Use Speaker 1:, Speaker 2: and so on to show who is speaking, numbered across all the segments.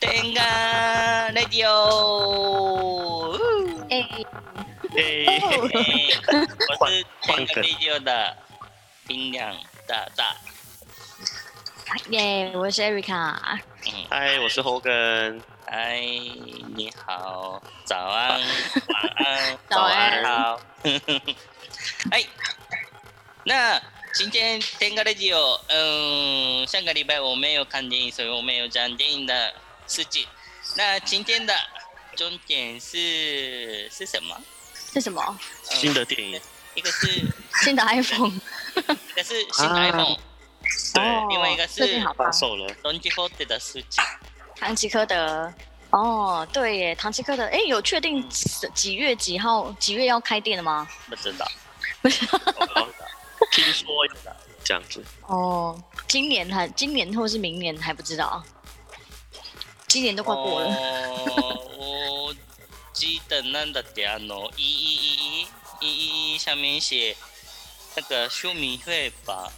Speaker 1: 天がレディオ
Speaker 2: 哎、
Speaker 3: 哎、
Speaker 1: 我是天
Speaker 3: 换
Speaker 1: が
Speaker 3: 个
Speaker 1: レディオ的冰凉大大，
Speaker 2: 耶！我是 Erica，
Speaker 1: 嗯，
Speaker 3: 嗨，我是侯根，
Speaker 1: 嗨，你好，早安，晚安，
Speaker 2: 早安
Speaker 1: 好，哎，那今天天がレディオ，嗯，上个礼拜我没有看电影，所以我没有讲电影的事情。那今天的重点是是什么？
Speaker 2: 是什么？
Speaker 1: 嗯
Speaker 3: 新的电影，
Speaker 1: 一个是
Speaker 2: 新 的 iPhone
Speaker 1: 一个是新的
Speaker 3: 啊
Speaker 1: iPhone，、
Speaker 3: 对，
Speaker 2: 哦，
Speaker 1: 另外一个是
Speaker 2: 最近好棒
Speaker 3: 发，售了，
Speaker 1: 龙基 f o 的事情，
Speaker 2: 唐吉诃德。哦，对耶，唐吉诃德。哎，有确
Speaker 1: 嗯
Speaker 2: 定几几月几号几月要开店的吗？
Speaker 1: 不知道，
Speaker 3: 听说这样子，
Speaker 2: 哦，今年还今年或是明年还不知道，今年都快过了。
Speaker 1: 哦，我记得なんだってあの一一一一一一下面写那个秀米会吧，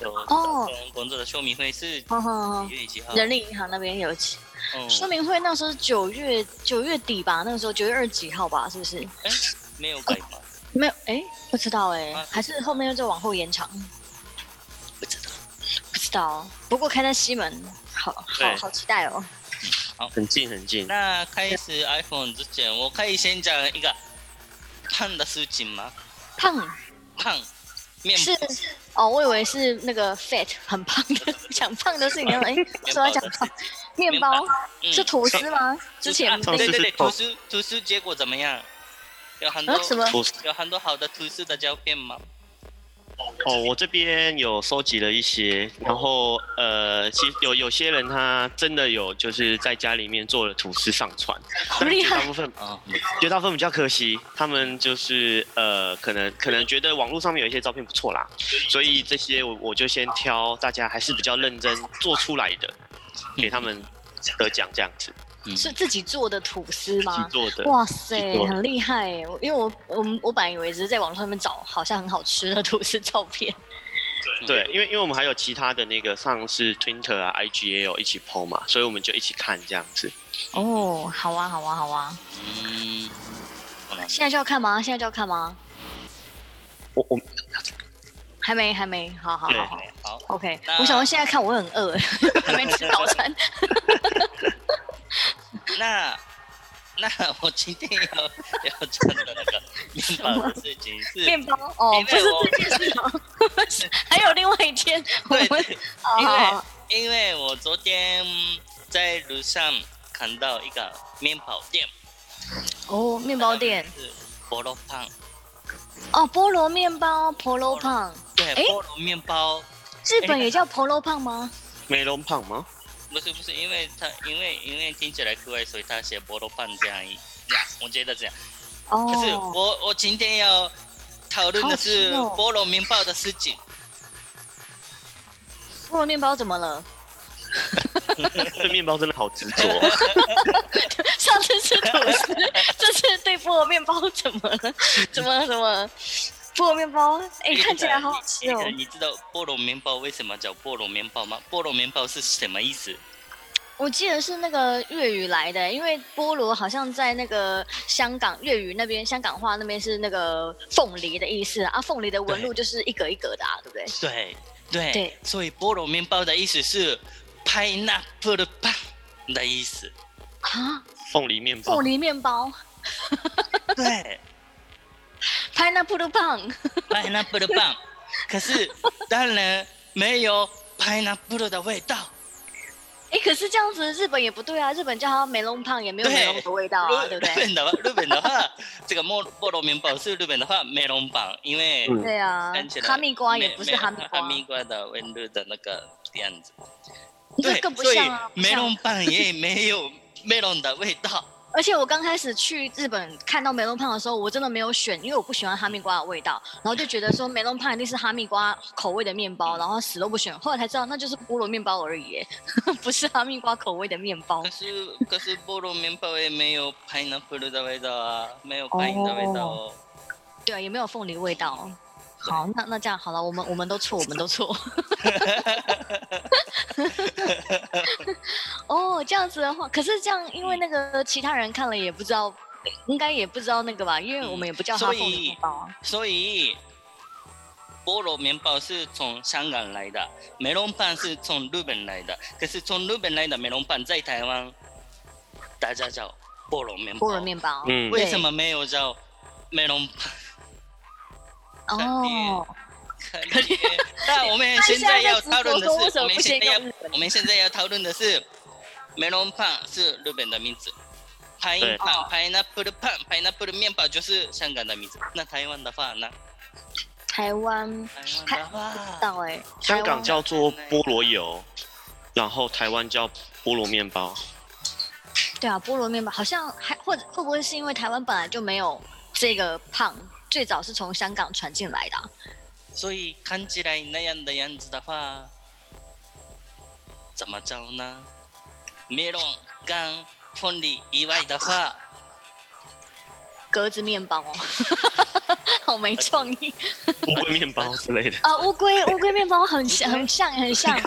Speaker 1: 有
Speaker 2: 哦
Speaker 1: 工工作的秀米会是几
Speaker 2: 哦哦
Speaker 1: 月几号？
Speaker 2: 人力银行那边有起
Speaker 1: 嗯
Speaker 2: 说明会，那时候九月九月底吧，那个时候九月二十几号吧，是不是？
Speaker 1: 没有改吗？
Speaker 2: 没有，哎，不知道哎
Speaker 1: 啊，
Speaker 2: 还是后面又再往后延长。
Speaker 1: 不知道。
Speaker 2: 不知道，不过开在西门，好好
Speaker 3: 对
Speaker 2: 好期待哦。
Speaker 3: 很近很近，
Speaker 1: 那开始 iPhone 之前，我可以先讲一个胖的事情吗？
Speaker 2: 胖
Speaker 1: 胖面
Speaker 2: 是哦，我以为是那个 fat 很胖的， 讲胖的事情。哎，说要讲胖，面包
Speaker 1: 嗯
Speaker 2: 是吐司吗？之前
Speaker 1: 对
Speaker 3: 上
Speaker 1: 啊对
Speaker 3: 次
Speaker 1: 对，
Speaker 3: 是
Speaker 1: 图书图书结果怎么样？有很多、
Speaker 2: 啊什么
Speaker 3: 我
Speaker 1: 有很多好的图书的胶片吗？
Speaker 3: 哦，我这边有收集了一些，然后呃，其实有有些人他真的有就是在家里面做了吐司上传，
Speaker 2: 好
Speaker 3: 但是
Speaker 2: 厉
Speaker 3: 绝大
Speaker 2: 害
Speaker 3: 部分
Speaker 1: 啊、
Speaker 3: 绝大部分比较可惜，他们就是呃，可能可能觉得网络上面有一些照片不错啦，所以这些我我就先挑大家还是比较认真做出来的，给他们得奖这样子，
Speaker 2: 是自己做的吐司
Speaker 3: 自己
Speaker 2: 吗？
Speaker 3: 做的。
Speaker 2: 哇
Speaker 3: 自
Speaker 2: 塞
Speaker 3: 己，做的
Speaker 2: 很厉害耶！我因为我我们我本来以为只是在网上面找好像很好吃的吐司照片，
Speaker 3: 对，因为因为我们还有其他的那个上是 Twitter 啊、IG 也有一起 PO 嘛，所以我们就一起看这样子。
Speaker 2: 哦，好啊，好啊，好啊！
Speaker 1: 嗯，
Speaker 2: 现在就要看吗？现在就要看吗？
Speaker 3: 我我
Speaker 2: 还没，还没，好好好好
Speaker 1: 对好，
Speaker 2: ，OK
Speaker 1: 那。
Speaker 2: 我想说现在看我很 饿，还没吃早餐。
Speaker 1: 那那我今天要要讲的那 个面包的事情 是，
Speaker 2: 面包哦，
Speaker 1: 因为
Speaker 2: 不是
Speaker 1: 我
Speaker 2: 这件事情，还有另外一天，我
Speaker 1: 对
Speaker 2: 们
Speaker 1: 对，
Speaker 2: 哦
Speaker 1: 因为
Speaker 2: 好好
Speaker 1: 因为我昨天在路上看到一个面包店，
Speaker 2: 哦，面包店
Speaker 1: 是菠萝胖，
Speaker 2: 哦，菠萝面包 Polo 胖，
Speaker 1: 对，
Speaker 2: 诶
Speaker 1: 菠萝面包。
Speaker 2: 日本也叫 Polo 胖吗？
Speaker 3: 梅龙胖吗？
Speaker 1: 不是不是，因为他因为因为听起来酷爱，所以他写菠萝胖这样一这样，我觉得这样。可是
Speaker 2: 哦，
Speaker 1: 我我今天要讨论的是
Speaker 2: 好好吃哦
Speaker 1: 菠萝面包的事情。
Speaker 2: 菠萝面包怎么了？
Speaker 3: 这面包真的好执着，哦
Speaker 2: 上次吃吐司，这次对菠萝面包怎么 了？怎么怎么？菠萝面包，哎，看起来好好吃哦
Speaker 1: 你。你知道菠萝面包为什么叫菠萝面包吗？菠萝面包是什么意思？
Speaker 2: 我记得是那个粤语来的，因为菠萝好像在那个香港粤语那边，香港话那边是那个凤梨的意思啊，凤梨的纹路就是一格一格的啊，对不对？
Speaker 1: 对对
Speaker 2: 对
Speaker 1: 所以菠萝面包的意思是 pineapple bun 的意思。
Speaker 2: 啊，
Speaker 3: 凤梨面包
Speaker 2: 凤。梨面包，
Speaker 1: 对
Speaker 2: 拍那 p 鲁棒，
Speaker 1: ，pineapple bun。可是当然没有 pineapple 的味道。
Speaker 2: 哎，可是这样子日本也不对啊，日本叫它梅隆胖也没有
Speaker 1: 对
Speaker 2: 梅隆的味道啊，对不
Speaker 1: 日
Speaker 2: 对？
Speaker 1: 本的话，日本的话， 这个菠菠萝面包是日本的话梅隆棒，因为
Speaker 3: 嗯
Speaker 2: 对啊
Speaker 1: 看起，来
Speaker 2: 哈密瓜也
Speaker 1: 没
Speaker 2: 不是
Speaker 1: 没
Speaker 2: 哈密
Speaker 1: 哈
Speaker 2: 瓜，
Speaker 1: 密瓜的温度的那个样子，
Speaker 2: 这更不像啊，不
Speaker 1: 梅
Speaker 2: 像
Speaker 1: 隆棒也没有 梅隆的味道。
Speaker 2: 而且我刚开始去日本看到梅隆胖的时候，我真的没有选，因为我不喜欢哈密瓜的味道，然后就觉得说梅隆胖一定是哈密瓜口味的面包，然后死都不选。后来才知道那就是菠萝面包而已耶， 不是哈密瓜口味的面包
Speaker 1: 可。是可是菠萝面包也没有 pineapple 的味道啊，没有 pine 的味道哦。
Speaker 2: 对，也没有凤梨味道。好，那那这样好了，我们我们都错，我们都错。 哦，这样子的话，可是这样，因为那个其他人看了也不知道，应该也不知道那个吧，因为我们也不叫
Speaker 1: 嗯所
Speaker 2: 它凤
Speaker 1: 以
Speaker 2: 梨面包啊。
Speaker 1: 所以菠萝面包是从香港来的，梅隆パン是从日本来的。可是从日本来的梅隆パン在台湾，大家叫菠萝面包。
Speaker 2: 菠萝面包，啊
Speaker 3: 嗯
Speaker 1: 为什么没有叫梅隆パン？
Speaker 2: 哦，
Speaker 1: 可怜。那我们现在要讨论的
Speaker 4: 那现在在直播说为什么
Speaker 1: 是，我们
Speaker 4: 不
Speaker 1: 现
Speaker 4: 先
Speaker 1: 在要
Speaker 4: 用日本
Speaker 1: 我们现在要讨论的是梅隆パン是日本的名字。パインパン、
Speaker 4: 哦
Speaker 1: パイナップルパン、パイナップル面包就是香港的名字。那台湾的话呢？
Speaker 2: 台湾
Speaker 1: 台湾的话。
Speaker 2: 到哎，
Speaker 3: 香
Speaker 2: 台
Speaker 3: 港
Speaker 2: 湾
Speaker 3: 叫做菠萝油，然后台湾叫菠萝面包。
Speaker 2: 对啊，菠萝面包好像还或者会不会是因为台湾本来就没有这个胖，最早是从香港传进来的啊、
Speaker 1: 所以看起来悩んだ样子的话，怎么着呢？メロン、干、凤梨以外的话，
Speaker 2: 格子面包 哦，好没创意。
Speaker 3: 乌龟面包之类的
Speaker 2: 啊！乌龟乌龟面包很像很像很 像，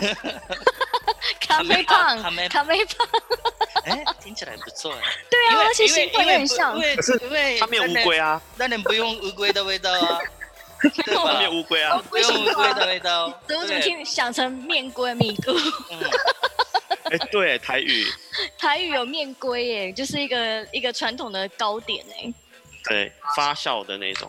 Speaker 2: 咖啡胖
Speaker 1: 咖啡
Speaker 2: 咖啡胖，
Speaker 1: 哎，听起来不错哎。
Speaker 2: 对
Speaker 1: 因
Speaker 2: 啊，
Speaker 1: 为
Speaker 2: 而且
Speaker 1: 因为
Speaker 2: 形状
Speaker 1: 因
Speaker 2: 也
Speaker 1: 为
Speaker 2: 很像
Speaker 1: 因，为因为
Speaker 3: 它没有乌龟啊，
Speaker 1: 当然，当然不用乌龟的味道啊，对
Speaker 3: 它没
Speaker 1: 吧？
Speaker 3: 有乌龟啊。
Speaker 1: 不用乌龟的味道。
Speaker 2: 怎么怎么
Speaker 1: 对
Speaker 2: 听想成面龟米 姑？
Speaker 1: 嗯
Speaker 3: 哎，对，台语，
Speaker 2: 台语有面龟耶，就是一个一个传统的糕点哎，
Speaker 3: 对，发酵的那种，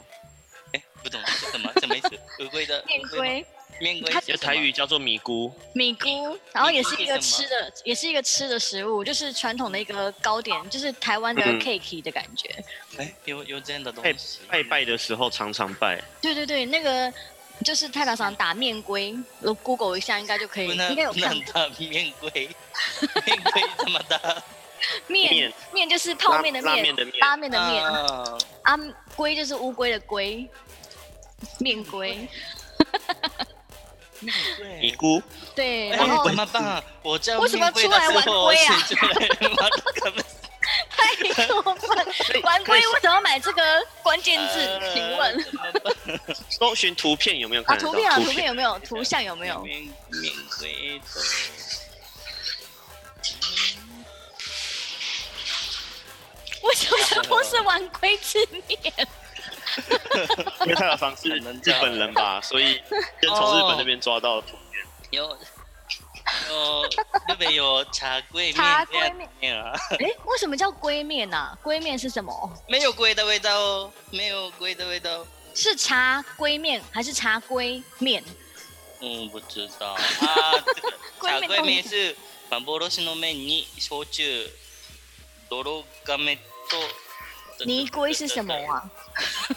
Speaker 1: 哎，不懂是什么什么意思？乌龟的
Speaker 2: 面
Speaker 1: 乌吗
Speaker 2: 龟
Speaker 1: 面龟
Speaker 2: 它
Speaker 1: 是
Speaker 3: 有
Speaker 1: 什
Speaker 3: 台
Speaker 1: 么
Speaker 3: 语叫做米菇。
Speaker 2: 米菇，然后也是一个
Speaker 1: 米菇是什么
Speaker 2: 吃的，也是一个吃的食物，就是传统的一个糕点，就是台湾的
Speaker 3: 嗯
Speaker 2: cake 的感觉。
Speaker 1: 哎，有有这样的东
Speaker 3: 拜
Speaker 1: 西。
Speaker 3: 拜拜的时候常常拜，
Speaker 2: 对对对，那个就是太白厂打面龟，我 Google 一下应该就可以，
Speaker 1: 不
Speaker 2: 应
Speaker 1: 能
Speaker 2: 该有
Speaker 1: 不
Speaker 2: 看
Speaker 1: 能打面龟，面龟这么大。
Speaker 2: 面
Speaker 3: 面
Speaker 2: 面就是泡面的
Speaker 3: 拉拉
Speaker 2: 面
Speaker 3: 面，的面，
Speaker 2: 拉面的面
Speaker 1: 啊
Speaker 2: 啊，龟就是乌龟的龟，面龟。
Speaker 3: 米
Speaker 1: 对，
Speaker 3: 菇，
Speaker 2: 对，
Speaker 1: 哎
Speaker 2: 然后
Speaker 1: 怎 么办？我这样
Speaker 2: 为什么
Speaker 1: 面对
Speaker 2: 出来
Speaker 1: 的时候
Speaker 2: 玩龟啊
Speaker 1: 我写出来我都看不
Speaker 2: 太过分，玩龟为什么要买这个关键字？请问
Speaker 1: 呃怎么办
Speaker 3: 搜寻图片有没有
Speaker 2: 啊，
Speaker 3: 看得到？
Speaker 2: 图片啊，图片有没有？图像有没有？
Speaker 1: 面面对的。
Speaker 2: 为什么全部是玩龟吃 面？
Speaker 3: 因为他的房是日本人吧，所以先从日本那边抓到图片。
Speaker 1: 有有日本有茶桂面
Speaker 2: 茶
Speaker 1: 这样
Speaker 2: 龟面
Speaker 1: 面啊，
Speaker 2: 哎、为什么叫龟面呐、啊？龟面是什么？
Speaker 1: 没有龟的味道哦，没有龟的味道。
Speaker 2: 是茶龟面还是茶龟面？
Speaker 1: 嗯，不知道啊。
Speaker 2: 龟
Speaker 1: 茶
Speaker 2: 面
Speaker 1: 桂
Speaker 2: 到
Speaker 1: 面
Speaker 2: 底
Speaker 1: 是幻の面に焼酎、泥亀と。
Speaker 2: 泥龟是什么啊？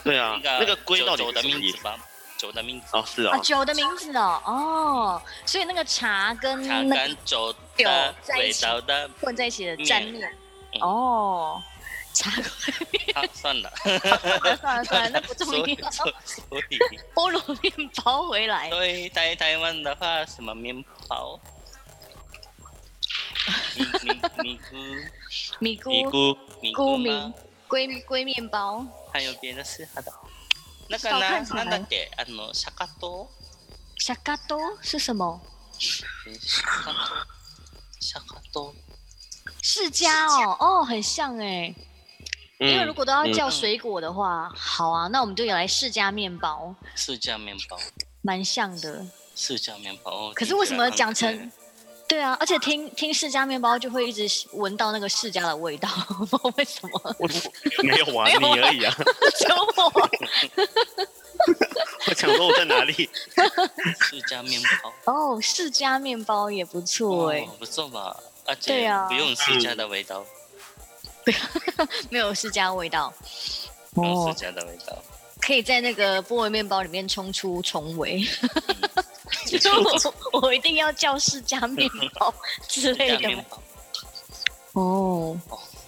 Speaker 3: 对啊，那个龟到底
Speaker 1: 酒
Speaker 3: 是
Speaker 1: 的
Speaker 3: 什么
Speaker 1: 名
Speaker 3: 意
Speaker 1: 字
Speaker 3: 思？
Speaker 1: 吧？酒的名字。
Speaker 3: 哦，是
Speaker 2: 啊，
Speaker 3: 哦，
Speaker 2: 酒的名字哦，哦，所以那个茶跟
Speaker 1: 茶
Speaker 2: 那个
Speaker 1: 跟酒的味道的，
Speaker 2: 混在一起的蘸
Speaker 1: 面
Speaker 2: 面，
Speaker 1: 嗯
Speaker 2: 哦，茶龟
Speaker 1: 啊，算了，
Speaker 2: 算了算了算了， 那不重
Speaker 1: 所以
Speaker 2: 要。
Speaker 1: 所所以
Speaker 2: 菠萝面包回来，
Speaker 1: 所以台台湾的话，什么面包？米米
Speaker 2: 米菇
Speaker 3: 米菇，
Speaker 1: 米
Speaker 2: 菇
Speaker 1: 糊米糊
Speaker 2: 米
Speaker 1: 吗？
Speaker 2: 龟龟面包，
Speaker 1: 还有别的是好的。那个
Speaker 2: 少
Speaker 1: 呢
Speaker 2: 看？起来
Speaker 1: なんだっけ？あのシャカトウ？
Speaker 2: 虾嘎多是什么？
Speaker 1: シャカトウ？シャカトウ？
Speaker 2: 世家哦，哦，很像哎、因为如
Speaker 3: 嗯，
Speaker 2: 果都要叫
Speaker 1: 嗯
Speaker 2: 水果的话，好啊，那我们就也来世家面包，
Speaker 1: 四家面包，
Speaker 2: 蛮像的。
Speaker 1: 四家面包。
Speaker 2: 可是为什么
Speaker 1: 听
Speaker 2: 讲
Speaker 1: 起来
Speaker 2: 成
Speaker 1: 很？
Speaker 2: 对啊，而且听听世家面包就会一直闻到那个世家的味道， 不知道为什么
Speaker 3: 我没有玩
Speaker 2: 没有
Speaker 3: 你
Speaker 2: 啊
Speaker 3: 而已啊，
Speaker 2: 折磨。
Speaker 3: 我想说我在哪里？
Speaker 1: 四家面包？
Speaker 2: 哦，世家面包也不错哎、
Speaker 1: 哦，不错吧？而
Speaker 2: 对
Speaker 1: 且
Speaker 2: 啊嗯
Speaker 1: 不用四家的味道，
Speaker 2: 没有世家味道。
Speaker 1: 不用
Speaker 2: 哦
Speaker 1: 四，家的味道。
Speaker 2: 可以在那个菠萝面包里面冲出 重围。
Speaker 3: 冲出
Speaker 2: 我我一定要叫世家面包之类
Speaker 1: 四家
Speaker 2: 的吗
Speaker 1: 面。包
Speaker 2: 哦，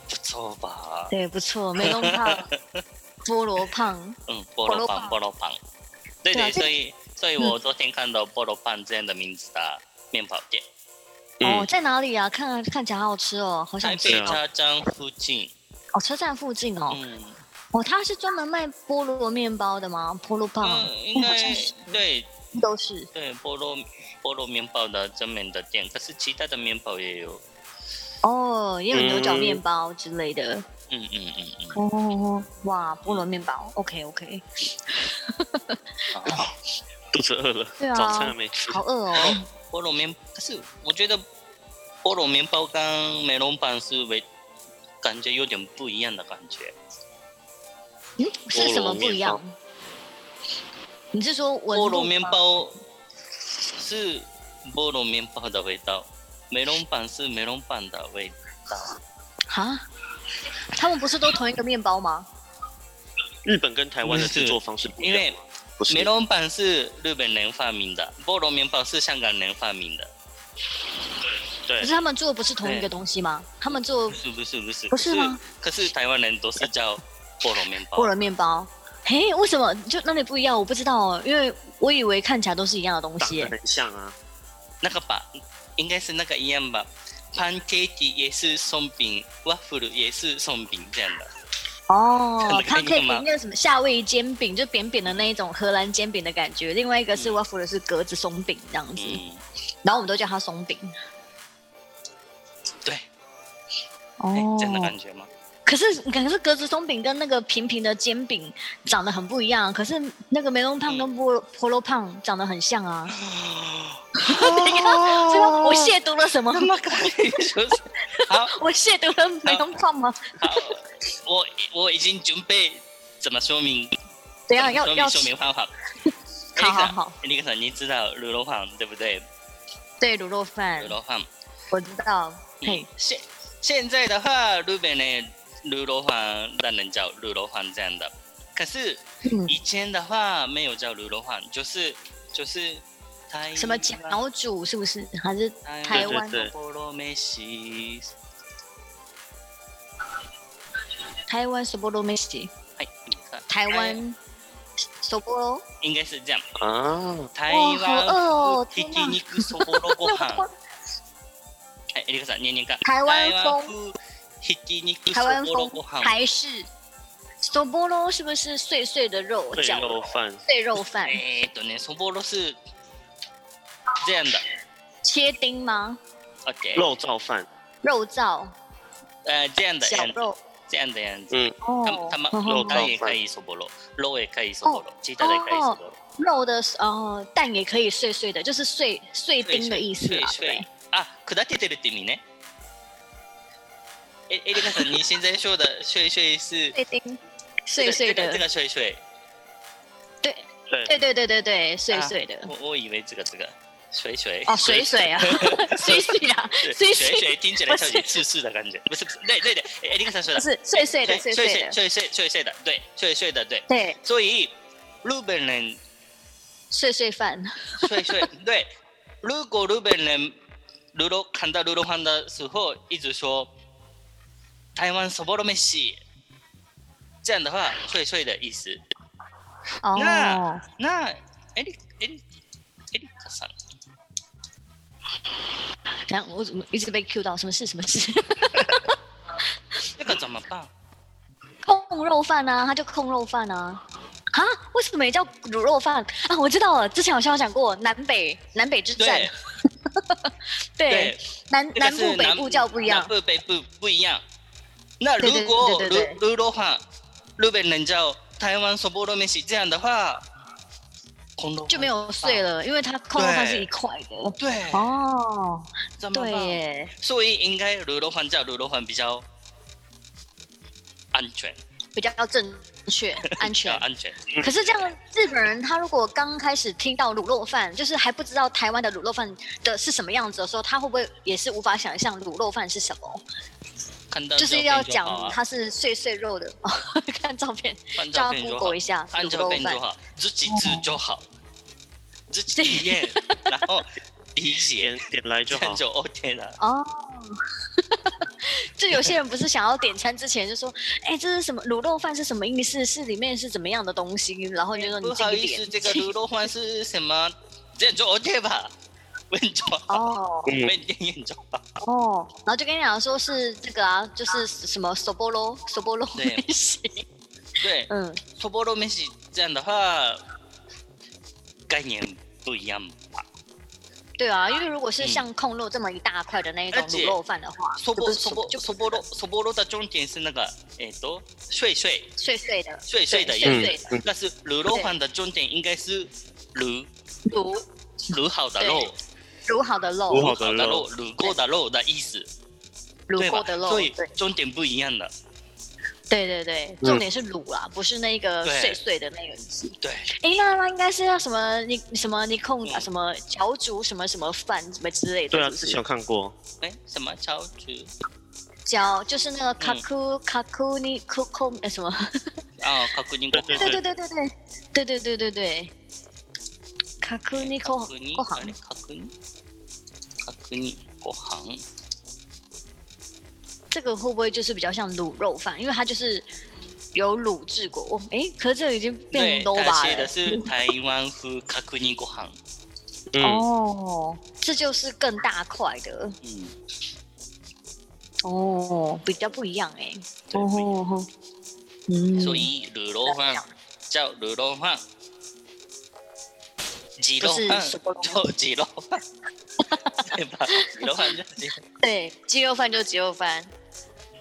Speaker 1: 不错吧？
Speaker 2: 对，不错，梅 隆胖，菠萝胖，
Speaker 1: 嗯，菠萝
Speaker 2: 菠萝
Speaker 1: 棒，
Speaker 2: 棒
Speaker 1: 菠萝棒。对
Speaker 2: 对啊
Speaker 1: 对，
Speaker 2: 这嗯
Speaker 1: 所以所以我昨天看到菠萝棒这样的名字的面包店，
Speaker 2: 哦，
Speaker 3: 嗯，
Speaker 2: 在哪里啊？看看起来好好吃哦，好
Speaker 1: 台
Speaker 2: 想吃
Speaker 1: 北
Speaker 3: 啊
Speaker 1: 车站附近。
Speaker 2: 哦，车站附近哦。
Speaker 1: 嗯，
Speaker 2: 哦，他是专门卖菠萝面包的吗？菠萝棒，
Speaker 1: 嗯，应
Speaker 2: 哦好
Speaker 1: 该
Speaker 2: 像是
Speaker 1: 对
Speaker 2: 都是
Speaker 1: 对菠萝菠萝面包的专门的店，可是其他的面包也有。
Speaker 2: 哦，也有牛角
Speaker 3: 嗯
Speaker 2: 面包之类的。
Speaker 1: 嗯嗯嗯嗯，
Speaker 2: 哦哦，哦哇，菠萝面包，OK OK，
Speaker 1: 好。
Speaker 3: 肚子饿了，
Speaker 2: 对啊
Speaker 3: 早餐还没吃。
Speaker 2: 好饿哦。
Speaker 1: 菠萝面，可是我觉得菠萝面包跟梅龙棒是为感觉有点不一样的感觉。
Speaker 2: 嗯，是什么不一样？你是说纹路
Speaker 1: 菠萝面
Speaker 2: 吗？
Speaker 1: 包是菠萝面包的味道，梅龙棒是梅龙棒的味道。
Speaker 2: 哈？他们不是都同一个面包吗？
Speaker 3: 日本跟台湾的制作方式不一
Speaker 1: 因
Speaker 3: 样
Speaker 1: 为
Speaker 3: 吗，不是
Speaker 1: 梅龙棒是日本人发明的，菠萝面包是香港人发明的。
Speaker 2: 可
Speaker 3: 对
Speaker 2: 是他们做的不是同一个东西吗？他们做
Speaker 1: 不是不是不是，
Speaker 2: 不是吗
Speaker 1: 可是？可是台湾人都是叫菠萝面包
Speaker 2: 菠。萝面包，嘿，为什么就那里不一样？我不知道哦，因为我以为看起来都是一样的东
Speaker 3: 长
Speaker 2: 西
Speaker 3: 得
Speaker 2: 耶。
Speaker 3: 很像啊。
Speaker 1: 那个吧，应该是那个一样吧。パンケーキ也是松饼，ワッフル也是松饼这样的。
Speaker 2: 哦，
Speaker 1: 看
Speaker 2: 它
Speaker 1: 得
Speaker 2: 可以
Speaker 1: 见吗
Speaker 2: 那个什么夏威夷煎饼，就扁扁的那一种荷兰煎饼的感觉。另外一个是 waffle 的是格子松饼这样子，
Speaker 1: 嗯，
Speaker 2: 然后我们都叫它松饼。
Speaker 1: 对，哎、
Speaker 2: 哦，
Speaker 1: 这样的感觉 吗？
Speaker 2: 可是可是格子松饼跟那个平平的煎饼长得很不一样，可是那个梅隆胖
Speaker 1: 嗯
Speaker 2: 跟菠萝菠萝胖长得很像
Speaker 1: 哦
Speaker 2: 啊。这个我亵渎了什么？
Speaker 1: 那个就是好，
Speaker 2: 我亵渎了梅隆胖吗？
Speaker 1: 好，我我已经准备怎么说明？
Speaker 2: 怎样？
Speaker 1: 怎么
Speaker 2: 要
Speaker 1: 说
Speaker 2: 要
Speaker 1: 明说明方法。
Speaker 2: 好好好，
Speaker 1: 那个你知道卤肉饭对不对？
Speaker 2: 对卤肉饭
Speaker 1: 卤，肉饭，
Speaker 2: 我知道。嘿
Speaker 1: 嗯，，现现在的话，日本的卤肉饭让人叫卤肉饭这样的，可是。
Speaker 2: 嗯，
Speaker 1: 以前的话没有叫卤肉饭，就是就是台
Speaker 2: 什么脚煮是不是？还是台
Speaker 1: 台
Speaker 2: 湾
Speaker 3: 对对
Speaker 1: 菠萝飯
Speaker 2: 台湾 s o b o r o m e s i
Speaker 1: はい
Speaker 2: 台湾 s o b o r o
Speaker 1: 哎应该是这样。
Speaker 3: 啊，
Speaker 1: 台
Speaker 2: 好饿
Speaker 1: 湾
Speaker 2: 哦
Speaker 1: ひ
Speaker 2: 天
Speaker 1: き
Speaker 2: 哪
Speaker 1: 肉そぼろご飯。哎，エリカさん念念看。
Speaker 2: 台湾风
Speaker 1: 風ひき肉
Speaker 2: 台湾
Speaker 1: そぼろ
Speaker 2: 风
Speaker 1: ご飯。
Speaker 2: 台式 s o b o r o 是不是碎碎的肉
Speaker 3: 对
Speaker 2: 绞
Speaker 3: 肉饭
Speaker 2: 碎肉饭
Speaker 1: えーっとね、そぼろ是这样的。
Speaker 2: 切丁吗？
Speaker 1: OK，
Speaker 3: 肉燥饭，
Speaker 2: 肉燥
Speaker 1: 呃，这样的
Speaker 2: 绞
Speaker 1: 样子，
Speaker 2: 肉
Speaker 1: 这样的样子。
Speaker 3: 嗯，
Speaker 2: 哦，
Speaker 1: 他们
Speaker 2: 哦
Speaker 1: 肉
Speaker 3: 肉
Speaker 1: 它也
Speaker 3: 燥饭
Speaker 1: 可以そぼろ，肉也可以そぼろ，其他的也可以そ
Speaker 2: 哦
Speaker 1: ぼろ。
Speaker 2: 肉的哦蛋也可以碎碎的，就是碎碎丁的意思啦。
Speaker 1: 碎
Speaker 2: 对
Speaker 1: 碎啊，砕けてるって意味ね。哎，哎，那个什么，你现在说的碎碎是
Speaker 2: 碎丁碎碎
Speaker 1: 这个这
Speaker 2: 的，
Speaker 1: 个碎碎，
Speaker 2: 对
Speaker 3: 对，
Speaker 2: 对对对对对，碎碎的
Speaker 1: 啊。我我以为这个这个水水
Speaker 2: 哦，水水啊，碎碎的，
Speaker 1: 对
Speaker 2: 碎
Speaker 1: 水
Speaker 2: 碎
Speaker 1: 水听起来像有
Speaker 2: 不
Speaker 1: 刺刺的感觉，不是不是，对对的，哎，那个什么说 的，
Speaker 2: 不是碎碎的，碎
Speaker 1: 哎碎
Speaker 2: 碎的，
Speaker 1: 碎碎碎碎的，对，碎碎的对，
Speaker 2: 对，
Speaker 1: 所以日本人
Speaker 2: 碎碎饭。
Speaker 1: 碎碎对，如果日本人如果看到如果看的时候一直说台湾そぼろ飯，这样的话碎碎的意思。
Speaker 2: 哦
Speaker 1: 那，那エリエリエリカさん，
Speaker 2: 然后我怎么一直被 Q 到？什么事？什么事？
Speaker 1: 这个怎么办？
Speaker 2: 控肉饭啊，它就控肉饭啊。啊？为什么也叫卤肉饭啊？我知道了，之前好像有讲过南北南北之战
Speaker 1: 对，
Speaker 2: 对，
Speaker 1: 对，
Speaker 2: 南
Speaker 1: 这个
Speaker 2: 南
Speaker 1: 是
Speaker 2: 部北部叫不一样
Speaker 1: 南，部北部不一样。那如果
Speaker 2: 对对对对对
Speaker 1: 如如果话日本人叫台湾そぼろ飯这样的话，空洞
Speaker 2: 就没有碎
Speaker 1: 了。
Speaker 2: 了，因为它控肉饭是一块的。
Speaker 1: 哦对，
Speaker 2: 哦，
Speaker 1: 怎么
Speaker 2: 对
Speaker 1: 办
Speaker 2: 耶，
Speaker 1: 所以应该卤肉饭叫卤肉饭比较安全，
Speaker 2: 比较正 确、安
Speaker 1: 比
Speaker 2: 全
Speaker 1: 较。安全。
Speaker 2: 可是这样，日本人他如果刚开始听到卤肉饭，就是还不知道台湾的卤肉饭的是什么样子的时候，他会不会也是无法想象卤肉饭是什么？
Speaker 1: 哦看到
Speaker 2: 就是
Speaker 1: 照片
Speaker 2: 要
Speaker 1: 就好
Speaker 2: 讲
Speaker 1: 啊，
Speaker 2: 它是碎碎肉的， 哦、看照片，
Speaker 1: 看照
Speaker 2: 叫他
Speaker 1: 片就
Speaker 2: Google 一
Speaker 1: 好，
Speaker 2: 下
Speaker 1: 按
Speaker 2: 卤
Speaker 1: 照
Speaker 2: 肉
Speaker 1: 片
Speaker 2: 饭
Speaker 1: 就。好，自己吃就好，自己体验，然后理解
Speaker 3: 点，点来
Speaker 1: 这
Speaker 3: 就好
Speaker 1: 样。就 OK 了。
Speaker 2: 哦， 就有些人不是想要点餐之前就说，哎，这是什么卤肉饭是什么意思？是里面是怎么样的东西？然后就说你
Speaker 1: 哎不
Speaker 2: 自
Speaker 1: 好
Speaker 2: 己
Speaker 1: 意
Speaker 2: 点
Speaker 1: 思，。这个卤肉饭是什么？这样就 OK 吧， 问就好，
Speaker 2: 哦
Speaker 3: 嗯
Speaker 1: 问店员就好。
Speaker 2: 哦，然 后就跟你讲说是这个啊，就是什么 sobolo sobolo
Speaker 1: 对
Speaker 2: 美食，
Speaker 1: 对，
Speaker 2: 嗯，
Speaker 1: そぼろ飯这样的话，概念不一样吧？
Speaker 2: 对啊，因为如果是
Speaker 1: 嗯
Speaker 2: 像控肉这么一大块的那一种
Speaker 1: 而且
Speaker 2: 卤肉饭的话，
Speaker 1: そ
Speaker 2: 就
Speaker 1: ぼ
Speaker 2: 不是
Speaker 1: そぼ
Speaker 2: 就
Speaker 1: そぼろそぼろ的重点是那个，哎、都碎碎
Speaker 2: 碎碎的，
Speaker 1: 碎碎的
Speaker 2: 对
Speaker 1: 样
Speaker 2: 碎
Speaker 1: 子，
Speaker 2: 碎的
Speaker 1: 但是卤肉饭的重点应该是卤
Speaker 2: 卤
Speaker 1: 卤好的肉，
Speaker 2: 卤好的
Speaker 3: 卤
Speaker 2: 肉，
Speaker 3: 好
Speaker 1: 卤
Speaker 3: 的
Speaker 1: 好的肉
Speaker 3: 肉，，
Speaker 1: 卤过的肉的意思，
Speaker 2: 卤
Speaker 1: 对
Speaker 2: 过
Speaker 1: 吧
Speaker 2: 的？肉，
Speaker 1: 所以
Speaker 2: 对
Speaker 1: 重点不一样的，
Speaker 2: 对对对，
Speaker 3: 嗯
Speaker 2: 重点是卤啦，不是那个
Speaker 1: 对
Speaker 2: 碎碎的那个意思。
Speaker 1: 对，
Speaker 2: 诶，那那应该是要什么你什么你控啊
Speaker 1: 嗯
Speaker 2: 什么桥竹什么什么饭什么之类的，
Speaker 3: 对啊，
Speaker 2: 是不
Speaker 3: 之
Speaker 2: 是
Speaker 3: 前有看过，
Speaker 1: 哎、什么超值？
Speaker 2: 脚就是那个
Speaker 1: 嗯
Speaker 2: 卡库卡库尼库库呃什么？
Speaker 1: 啊、確認ご飯。
Speaker 3: 对
Speaker 2: 对对 对对对对对对对对，卡库尼库
Speaker 1: 確認
Speaker 2: 库
Speaker 1: あれ
Speaker 2: 行
Speaker 1: 確認確認ご飯。
Speaker 2: 这个会不会就是比较像卤肉饭？因为它就是有卤制过。哦诶，可是这个已经变
Speaker 1: 对，
Speaker 2: low
Speaker 1: 他
Speaker 2: 吧
Speaker 1: 写的
Speaker 2: 了？
Speaker 1: 是台湾風確認ご飯。
Speaker 3: 嗯，
Speaker 2: 哦，这就是更大块的
Speaker 1: 嗯，
Speaker 2: 哦，比较不一样哎、
Speaker 1: 对
Speaker 2: 哦
Speaker 1: 不一样
Speaker 2: 吼吼嗯，
Speaker 1: 所以卤肉飯叫卤肉飯。鸡肉
Speaker 2: 不是
Speaker 1: 飯
Speaker 2: 什么肉
Speaker 1: 叫鸡肉飯。对吧？鸡肉飯叫鸡肉
Speaker 2: 对鸡肉饭就是鸡肉饭。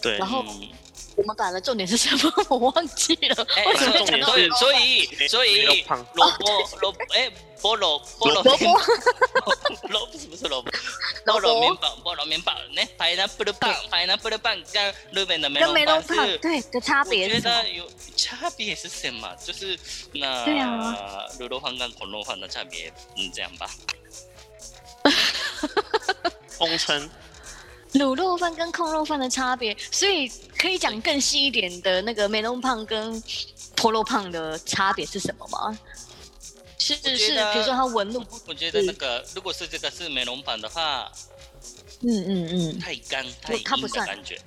Speaker 3: 对
Speaker 2: 然，后
Speaker 1: 嗯
Speaker 2: 我们讲的重点是什么？ 我忘记了。
Speaker 1: 哎
Speaker 2: 为什么会
Speaker 3: 重
Speaker 2: 讲
Speaker 3: 点
Speaker 2: 到
Speaker 1: 所以
Speaker 2: 卤肉
Speaker 1: 所以所以
Speaker 3: 肉胖
Speaker 1: 萝卜萝卜哎菠萝菠萝
Speaker 2: 萝卜
Speaker 1: 萝卜是不是萝卜？
Speaker 2: 萝
Speaker 1: 菠
Speaker 2: 卜
Speaker 1: 萝面包，菠萝面包，那 pineapple 棒，pineapple 棒跟日本的梅
Speaker 2: 跟梅
Speaker 1: 龙
Speaker 2: 隆
Speaker 1: 棒
Speaker 2: 胖
Speaker 1: 是，
Speaker 2: 对的差
Speaker 1: 我
Speaker 2: 别
Speaker 1: 觉
Speaker 2: 是什么
Speaker 1: 得？有差别是什么？就是那
Speaker 2: 对啊
Speaker 1: 卤肉饭跟恐龙饭的差别，嗯，这样吧。
Speaker 3: 通称，
Speaker 2: 卤肉饭跟控肉饭的差别，所以可以讲更细一点的那个梅隆胖跟婆肉胖的差别是什么吗？是
Speaker 1: 我
Speaker 2: 是，
Speaker 1: 觉得
Speaker 2: 比如说它纹路，
Speaker 1: 我觉得那个如果是这个是梅龙饭的话，
Speaker 2: 嗯嗯嗯，
Speaker 1: 太干太
Speaker 2: 它不
Speaker 1: 硬的
Speaker 2: 算
Speaker 1: 感觉，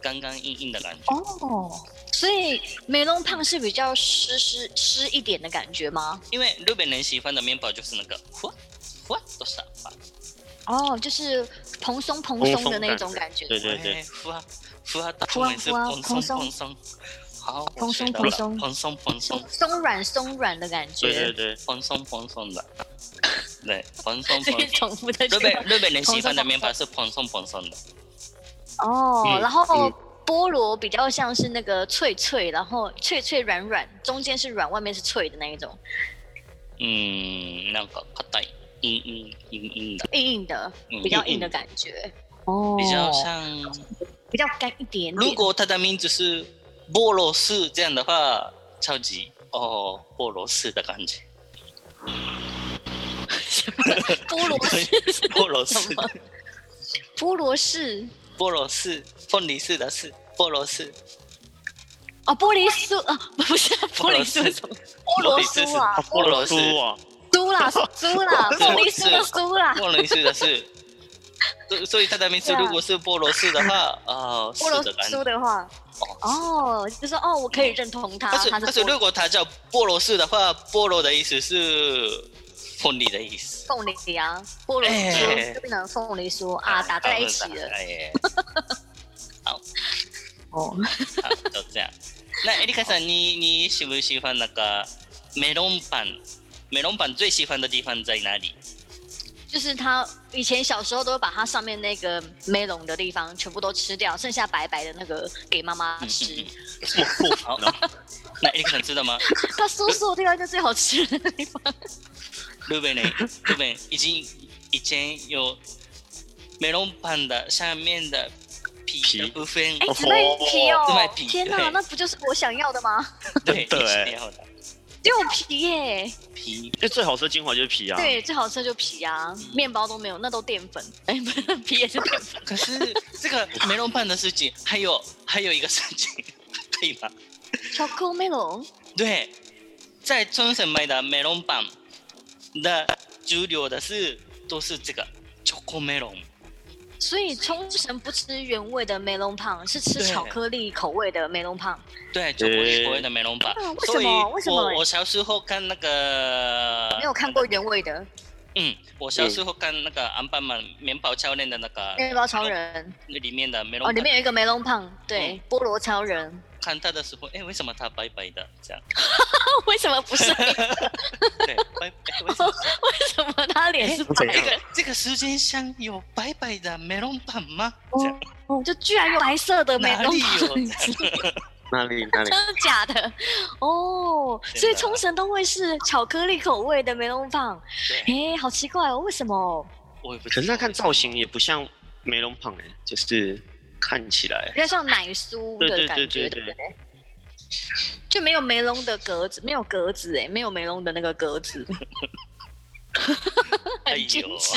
Speaker 1: 干干硬硬的感觉。
Speaker 2: 哦，所以梅隆胖是比较湿湿湿一点的感觉吗？
Speaker 1: 因为日本人喜欢的面包就是那个ふわふわっとしたパン。
Speaker 2: 哦，就是蓬松蓬松的那种感觉，
Speaker 3: 对
Speaker 1: 哎
Speaker 3: 对对，
Speaker 1: ふわふわ的中文是
Speaker 2: ふわふ
Speaker 1: 蓬
Speaker 2: わ
Speaker 1: 松
Speaker 2: 蓬
Speaker 1: 蓬松，好，我
Speaker 2: 蓬松
Speaker 1: 学到了
Speaker 2: 蓬松
Speaker 1: 蓬松蓬松
Speaker 2: 松松软松软的感
Speaker 3: 对对
Speaker 2: 觉，
Speaker 3: 对，
Speaker 1: 蓬松蓬松的，对，蓬松
Speaker 2: 所以
Speaker 1: 蓬松。
Speaker 2: 重复的
Speaker 1: 日本日本人喜欢的
Speaker 2: 蓬松
Speaker 1: 面包是蓬松蓬松的，
Speaker 2: 哦，
Speaker 3: 嗯
Speaker 2: 然后
Speaker 3: 嗯
Speaker 2: 菠萝比较像是那个脆脆，然后脆脆软软，中间是软，外面是脆的那一种，
Speaker 1: 嗯，なんか硬い、硬硬硬硬的，
Speaker 2: 硬硬的，
Speaker 1: 嗯
Speaker 2: 比较硬的感觉。哦，
Speaker 1: 比较像。
Speaker 2: 比较干一点点。
Speaker 1: 如果他的名字是菠萝丝这样的话，超级哦，菠萝丝的感觉，
Speaker 2: 菠萝是
Speaker 1: 菠萝丝
Speaker 2: 什，么？菠萝是
Speaker 1: 菠萝丝，凤梨丝的丝，菠萝丝，
Speaker 2: 哦，玻璃酥啊，不是玻璃酥是什么？ 菠萝酥啊，
Speaker 1: 菠萝丝
Speaker 3: 酥啊，
Speaker 2: 酥啦，酥啦，
Speaker 1: 菠
Speaker 2: 玻
Speaker 1: 萝
Speaker 2: 璃
Speaker 1: 丝
Speaker 2: 酥的酥啦，
Speaker 1: 菠萝丝的丝。所所以他的名字
Speaker 2: 对啊
Speaker 1: 如果是菠萝丝的话，啊，
Speaker 2: 菠萝
Speaker 1: 丝的感觉
Speaker 2: 酥。的话，
Speaker 1: 哦，
Speaker 2: 哦，就说哦，我可以认同它，
Speaker 1: 但是
Speaker 2: 它
Speaker 1: 但是
Speaker 2: 菠萝
Speaker 1: 如果它叫菠萝丝的话，菠萝的意思是凤梨的意思。
Speaker 2: 凤梨啊，菠萝酥
Speaker 1: 哎
Speaker 2: 就变成凤梨酥啊，打在一起了。
Speaker 1: 哎，哎
Speaker 2: 哦，
Speaker 1: 好，就这样。那艾丽卡さん，你你喜不喜欢那个メロンパン？メロンパン最喜欢的地方在哪里？
Speaker 2: 就是它以前小时候都会把它上面那个梅龙的地方全部都吃掉，剩下白白的那个给妈
Speaker 1: 嗯
Speaker 2: 妈吃。
Speaker 3: 这么过分
Speaker 1: 好
Speaker 3: 啊，
Speaker 1: 那艾丽卡さん知道吗？
Speaker 2: 它酥酥的地方就最好吃的
Speaker 1: 哦
Speaker 2: 地方。
Speaker 1: 日本呢？日本已经以前有メロンパン的下面的皮的
Speaker 3: 皮
Speaker 1: 部分，
Speaker 2: 哎，
Speaker 3: 哦
Speaker 2: 紫麦皮
Speaker 1: 紫麦
Speaker 2: 哦！
Speaker 1: 皮
Speaker 2: 天哪
Speaker 1: 对，
Speaker 2: 那不就是我想要的吗？
Speaker 1: 对，
Speaker 3: 真的哎
Speaker 1: 一定要的
Speaker 2: 只有皮耶，
Speaker 1: 皮
Speaker 3: 因为最好吃的精华就是皮啊，
Speaker 2: 对，最好吃的就皮啊，
Speaker 1: 嗯
Speaker 2: 面包都没有，那都淀粉。 哎，不是，皮也是淀粉。
Speaker 1: 可是这个梅隆棒的事情，还有还有一个事情，可以吗？
Speaker 2: 巧克力龙
Speaker 1: 对，在冲绳买的梅隆棒的主流的是都是这个 choco melon，
Speaker 2: 所以冲绳不吃原味的梅隆胖，是吃
Speaker 1: 对啊
Speaker 2: 巧克力口味的梅隆胖。
Speaker 1: 对，巧克力口味的梅隆棒
Speaker 2: 啊。为
Speaker 1: 所
Speaker 2: 什
Speaker 1: 以
Speaker 2: 么为什么
Speaker 1: 我我小时候看那个
Speaker 2: 没有看过原味的
Speaker 1: 嗯，我小时候看那个《安半满面包超人》的那个
Speaker 2: 面包超人
Speaker 1: 里面的梅隆
Speaker 2: 哦，
Speaker 1: 棒嗯
Speaker 2: 里面有一个梅隆胖，对，菠萝超人，
Speaker 1: 看他的时候，哎，为什么他白白的这样？
Speaker 2: 为什么不是？
Speaker 1: 对，白白为什么？
Speaker 2: 为什么他脸是
Speaker 1: 这
Speaker 2: 白
Speaker 3: 哎 怎
Speaker 2: 的
Speaker 1: 个？这个世界上有白白的梅隆棒吗？这样
Speaker 2: 哦，就居然有白色的美
Speaker 1: 哪
Speaker 2: 容
Speaker 1: 里
Speaker 2: 棒，
Speaker 1: 有
Speaker 2: 你知道吗
Speaker 3: 哪里哪里
Speaker 2: 真的假的？哦，
Speaker 1: 真的
Speaker 2: 所以冲绳都会是巧克力口味的美容棒，
Speaker 1: 对，
Speaker 2: 哎，好奇怪哦，为什么？
Speaker 1: 我也不知道。
Speaker 3: 可是他看造型也不像梅隆胖哎、就是看起来
Speaker 2: 比较像奶酥的
Speaker 3: 对对
Speaker 2: 感觉，
Speaker 3: 对对
Speaker 2: 对不
Speaker 3: 对
Speaker 2: 对？就没有梅隆的格子，没有格子哎、没有梅隆的那个 格子，
Speaker 1: 哎
Speaker 2: 很惊
Speaker 1: 呦哎
Speaker 2: 奇。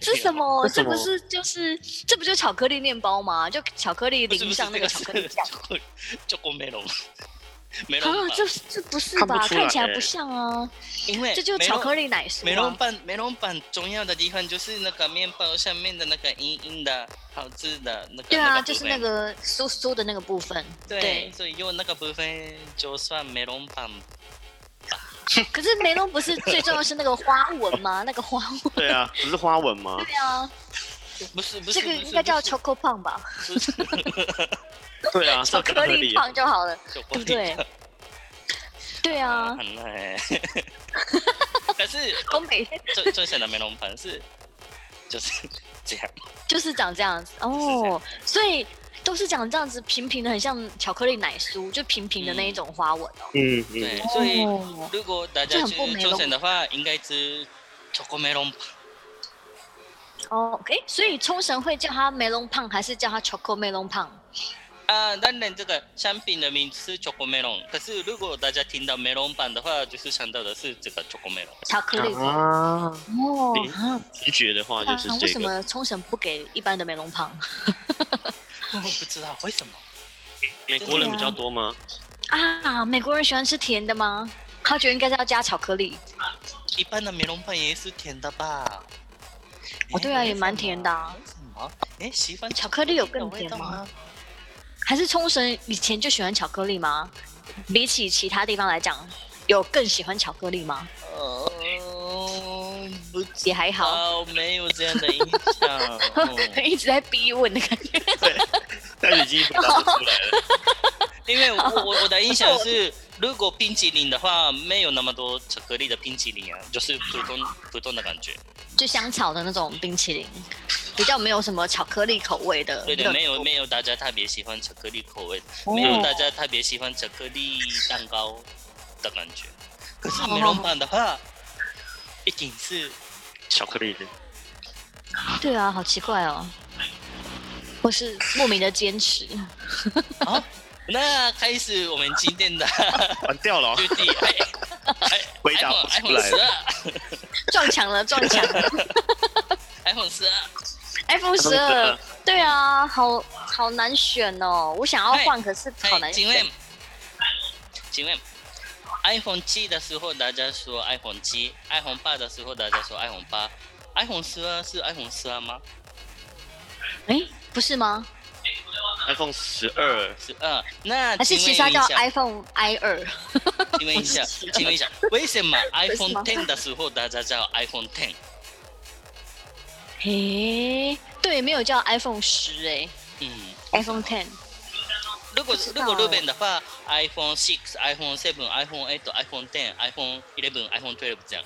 Speaker 2: 这什？么？这
Speaker 3: 这什么
Speaker 2: 不是就是这不就是巧克力面包吗？就巧克力
Speaker 1: 不是
Speaker 2: 淋
Speaker 1: 不是
Speaker 2: 上那
Speaker 1: 这
Speaker 2: 个
Speaker 1: 个
Speaker 2: 巧
Speaker 1: 是
Speaker 2: 克 力酱。
Speaker 1: 就过梅 隆，梅隆
Speaker 2: 啊，
Speaker 1: 棒，
Speaker 2: 这这不是
Speaker 3: 看不
Speaker 2: 吧？
Speaker 3: 出
Speaker 2: 看起来
Speaker 3: 来
Speaker 2: 不像啊，
Speaker 1: 因为
Speaker 2: 这就是
Speaker 1: 哎梅
Speaker 2: 巧
Speaker 1: 隆
Speaker 2: 克力奶酥
Speaker 1: 梅隆
Speaker 2: 啊。
Speaker 1: 棒，梅隆棒重要的地方就是那个面包上面的那个硬硬的、好吃的那个。
Speaker 2: 对
Speaker 1: 部
Speaker 2: 啊，
Speaker 1: 分
Speaker 2: 就是那。个酥酥的那个部分。
Speaker 1: 对
Speaker 2: 对，，
Speaker 1: 所以用那个部分就算梅隆棒。
Speaker 2: 哎可是梅隆不是最重要是那个花纹吗？那个花纹。
Speaker 3: 对啊，不是花纹吗？
Speaker 2: 对啊，
Speaker 1: 不是不是，
Speaker 2: 这个
Speaker 1: 不是
Speaker 2: 应该叫
Speaker 1: 不是
Speaker 2: Choco 胖吧？
Speaker 1: 不是
Speaker 3: 对 啊，
Speaker 2: 巧
Speaker 3: 这
Speaker 2: 克
Speaker 3: 合
Speaker 2: 力
Speaker 3: 理。
Speaker 2: 胖就好了，
Speaker 1: 对
Speaker 2: 对不对？对啊，
Speaker 1: 可是
Speaker 2: 东北
Speaker 1: 最最想的梅隆盘是就是这样，
Speaker 2: 就是长这样子
Speaker 1: 就是这
Speaker 2: 哦，所以都是长这样子平平的，很像巧克力奶酥，就平平的那一种花纹哦。
Speaker 3: 嗯
Speaker 1: 对
Speaker 3: 嗯，，
Speaker 1: 所以
Speaker 2: 哦
Speaker 1: 如果大
Speaker 2: 这
Speaker 1: 家
Speaker 2: 很
Speaker 1: 去
Speaker 2: 不梅隆
Speaker 1: 朝鲜的话，应该吃巧克力梅隆盘，
Speaker 2: 哦，诶，所以冲绳会叫它梅隆胖，还是叫它 choco 梅隆胖？
Speaker 1: 啊，当然这个商品的名字是巧克力梅隆，可是如果大家听到梅隆盘的话，就是想到的是这个巧克力梅隆。
Speaker 2: 巧克力
Speaker 3: 啊，
Speaker 2: 哦
Speaker 3: 对
Speaker 2: 啊，
Speaker 3: 直觉的话就是
Speaker 2: 为
Speaker 3: 这
Speaker 2: 什
Speaker 3: 个，
Speaker 2: 么冲绳不给一般的梅隆胖
Speaker 1: 我不知道为什么，
Speaker 3: 美国人比较多吗？
Speaker 2: 啊？美国人喜欢吃甜的吗？他觉得应该是要加巧克力
Speaker 1: 一般的梅隆盘也是甜的吧？
Speaker 2: 哦，对啊，
Speaker 1: 诶
Speaker 2: 也蛮甜的、。啊
Speaker 1: 为。什么？哎，喜欢
Speaker 2: 巧克力有
Speaker 1: 的
Speaker 2: 更
Speaker 1: 味
Speaker 2: 甜
Speaker 1: 道
Speaker 2: 吗
Speaker 1: 吗？？
Speaker 2: 还是冲绳以前就喜欢巧克力吗？比起其他地方来讲，有更喜欢巧克力吗？
Speaker 1: 哦，不知
Speaker 2: 也还好，
Speaker 1: 道，没有这样的印 象。嗯
Speaker 2: 一直在逼问的感觉。
Speaker 3: 但是已经回答不出来 了。
Speaker 1: 因为我我我的印 象是，如果冰淇淋的话，没有那么多巧克力的冰淇淋啊，就是普通普通的感觉。
Speaker 2: 就香草的那种冰淇淋，比较没有什么巧克力口味的。
Speaker 1: 对对，没有没有大家特别喜欢巧克力口味，
Speaker 3: 哦
Speaker 1: 没有大家特别喜欢巧克力蛋糕的感觉。可是梅隆棒的话，一定是
Speaker 3: 巧克力的，
Speaker 2: 对啊，好奇怪哦。或是莫名的坚持，
Speaker 1: 好。那开始我们今天的
Speaker 3: 完掉了哦，
Speaker 1: 主题，哎 哎
Speaker 3: 回答不
Speaker 1: iPhone
Speaker 3: 出
Speaker 1: iPhone
Speaker 3: 来
Speaker 1: 十二
Speaker 2: 撞墙了，撞墙了
Speaker 1: ，iPhone 十二。
Speaker 2: ，iPhone 十二，对啊，好好难选哦。我想要换，可是好
Speaker 1: 嗨，
Speaker 2: 难
Speaker 1: 请
Speaker 2: 选
Speaker 1: 问。，请问，iPhone 七的时候大家说 iPhone 七，iPhone 八的时候大家说 iPhone 八，iPhone 十二是 iPhone 十二吗？
Speaker 2: 哎，不是吗？
Speaker 3: iPhone 十二，
Speaker 1: 十二。那
Speaker 2: 还是
Speaker 1: 请
Speaker 2: 其
Speaker 1: 问一
Speaker 2: 实它叫
Speaker 1: 下
Speaker 2: iPhone i 二？
Speaker 1: 请问一下，请问一下，为什 么 iPhone Ten 的时候大家叫 iPhone Ten？
Speaker 2: 诶，对，没有叫 iPhone 十诶
Speaker 1: 嗯，
Speaker 2: i p h o n e Ten。
Speaker 1: 如果
Speaker 2: 不知道
Speaker 1: 如果
Speaker 2: 哎
Speaker 1: 日本的话，iPhone Six、iPhone Seven、iPhone Eight、iPhone Ten、iPhone Eleven、iPhone Twelve 这样。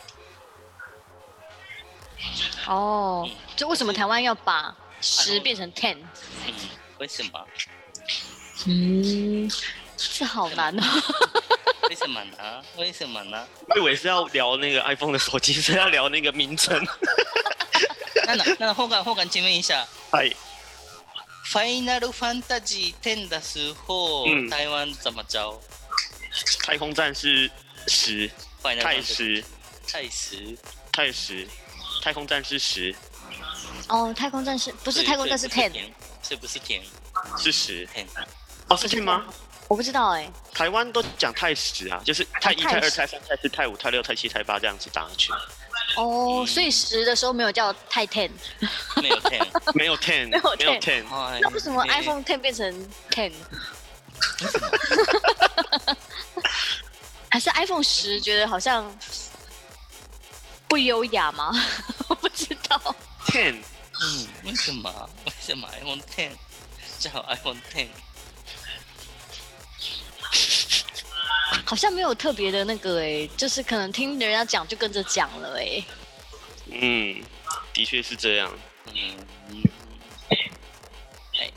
Speaker 2: 哦
Speaker 1: 嗯，
Speaker 2: 就为什么台湾要把
Speaker 1: iPhone
Speaker 2: 十变成 Ten？
Speaker 1: 嗯，为什么？
Speaker 2: 嗯，这好难哦。
Speaker 1: 为什么呢？为什么呢？
Speaker 3: 我以为是要聊那个 iPhone 的手机，是要聊那个名称。
Speaker 1: 那那那后感后感，请问一下。
Speaker 3: 哎，
Speaker 1: ファイナルファンタジー10的时候，
Speaker 3: 嗯
Speaker 1: 台湾怎么着？
Speaker 3: 太空战士十，
Speaker 1: ファイナルファンタジ
Speaker 3: 太
Speaker 1: ー
Speaker 3: 十，
Speaker 1: 太十，
Speaker 3: 太十，太空战士十
Speaker 2: 哦，太空战士不
Speaker 1: 不
Speaker 2: 是太空战士 Ten，，
Speaker 1: 是不是甜？
Speaker 3: 是十
Speaker 1: ten
Speaker 3: 哦，是这吗？
Speaker 2: 我不知道哎。
Speaker 3: 台湾都讲太十啊，就是太一、
Speaker 2: 太
Speaker 3: 太二、
Speaker 2: 十
Speaker 3: 太三、太四、太五、太六、太七、太八这样子打下去，
Speaker 2: 哦，
Speaker 1: 嗯
Speaker 2: 所以十的时候没有叫太 Ten，
Speaker 1: 没有 ten，
Speaker 3: 没有 ten，
Speaker 2: 没有
Speaker 3: 没有
Speaker 2: ten
Speaker 3: ten，
Speaker 1: はい
Speaker 2: 那为什么
Speaker 1: ね
Speaker 2: iPhone Ten 变成 Ten？还是 iPhone 十觉得好像不优雅吗？ 我不知道。
Speaker 3: ten
Speaker 1: 嗯，为什么？为什么 iPhone ten 叫 iPhone ten？
Speaker 2: 好像没有特别的那个哎、就是可能听人家讲就跟着讲了哎、
Speaker 3: 嗯，的确是这样。
Speaker 1: 嗯，はい。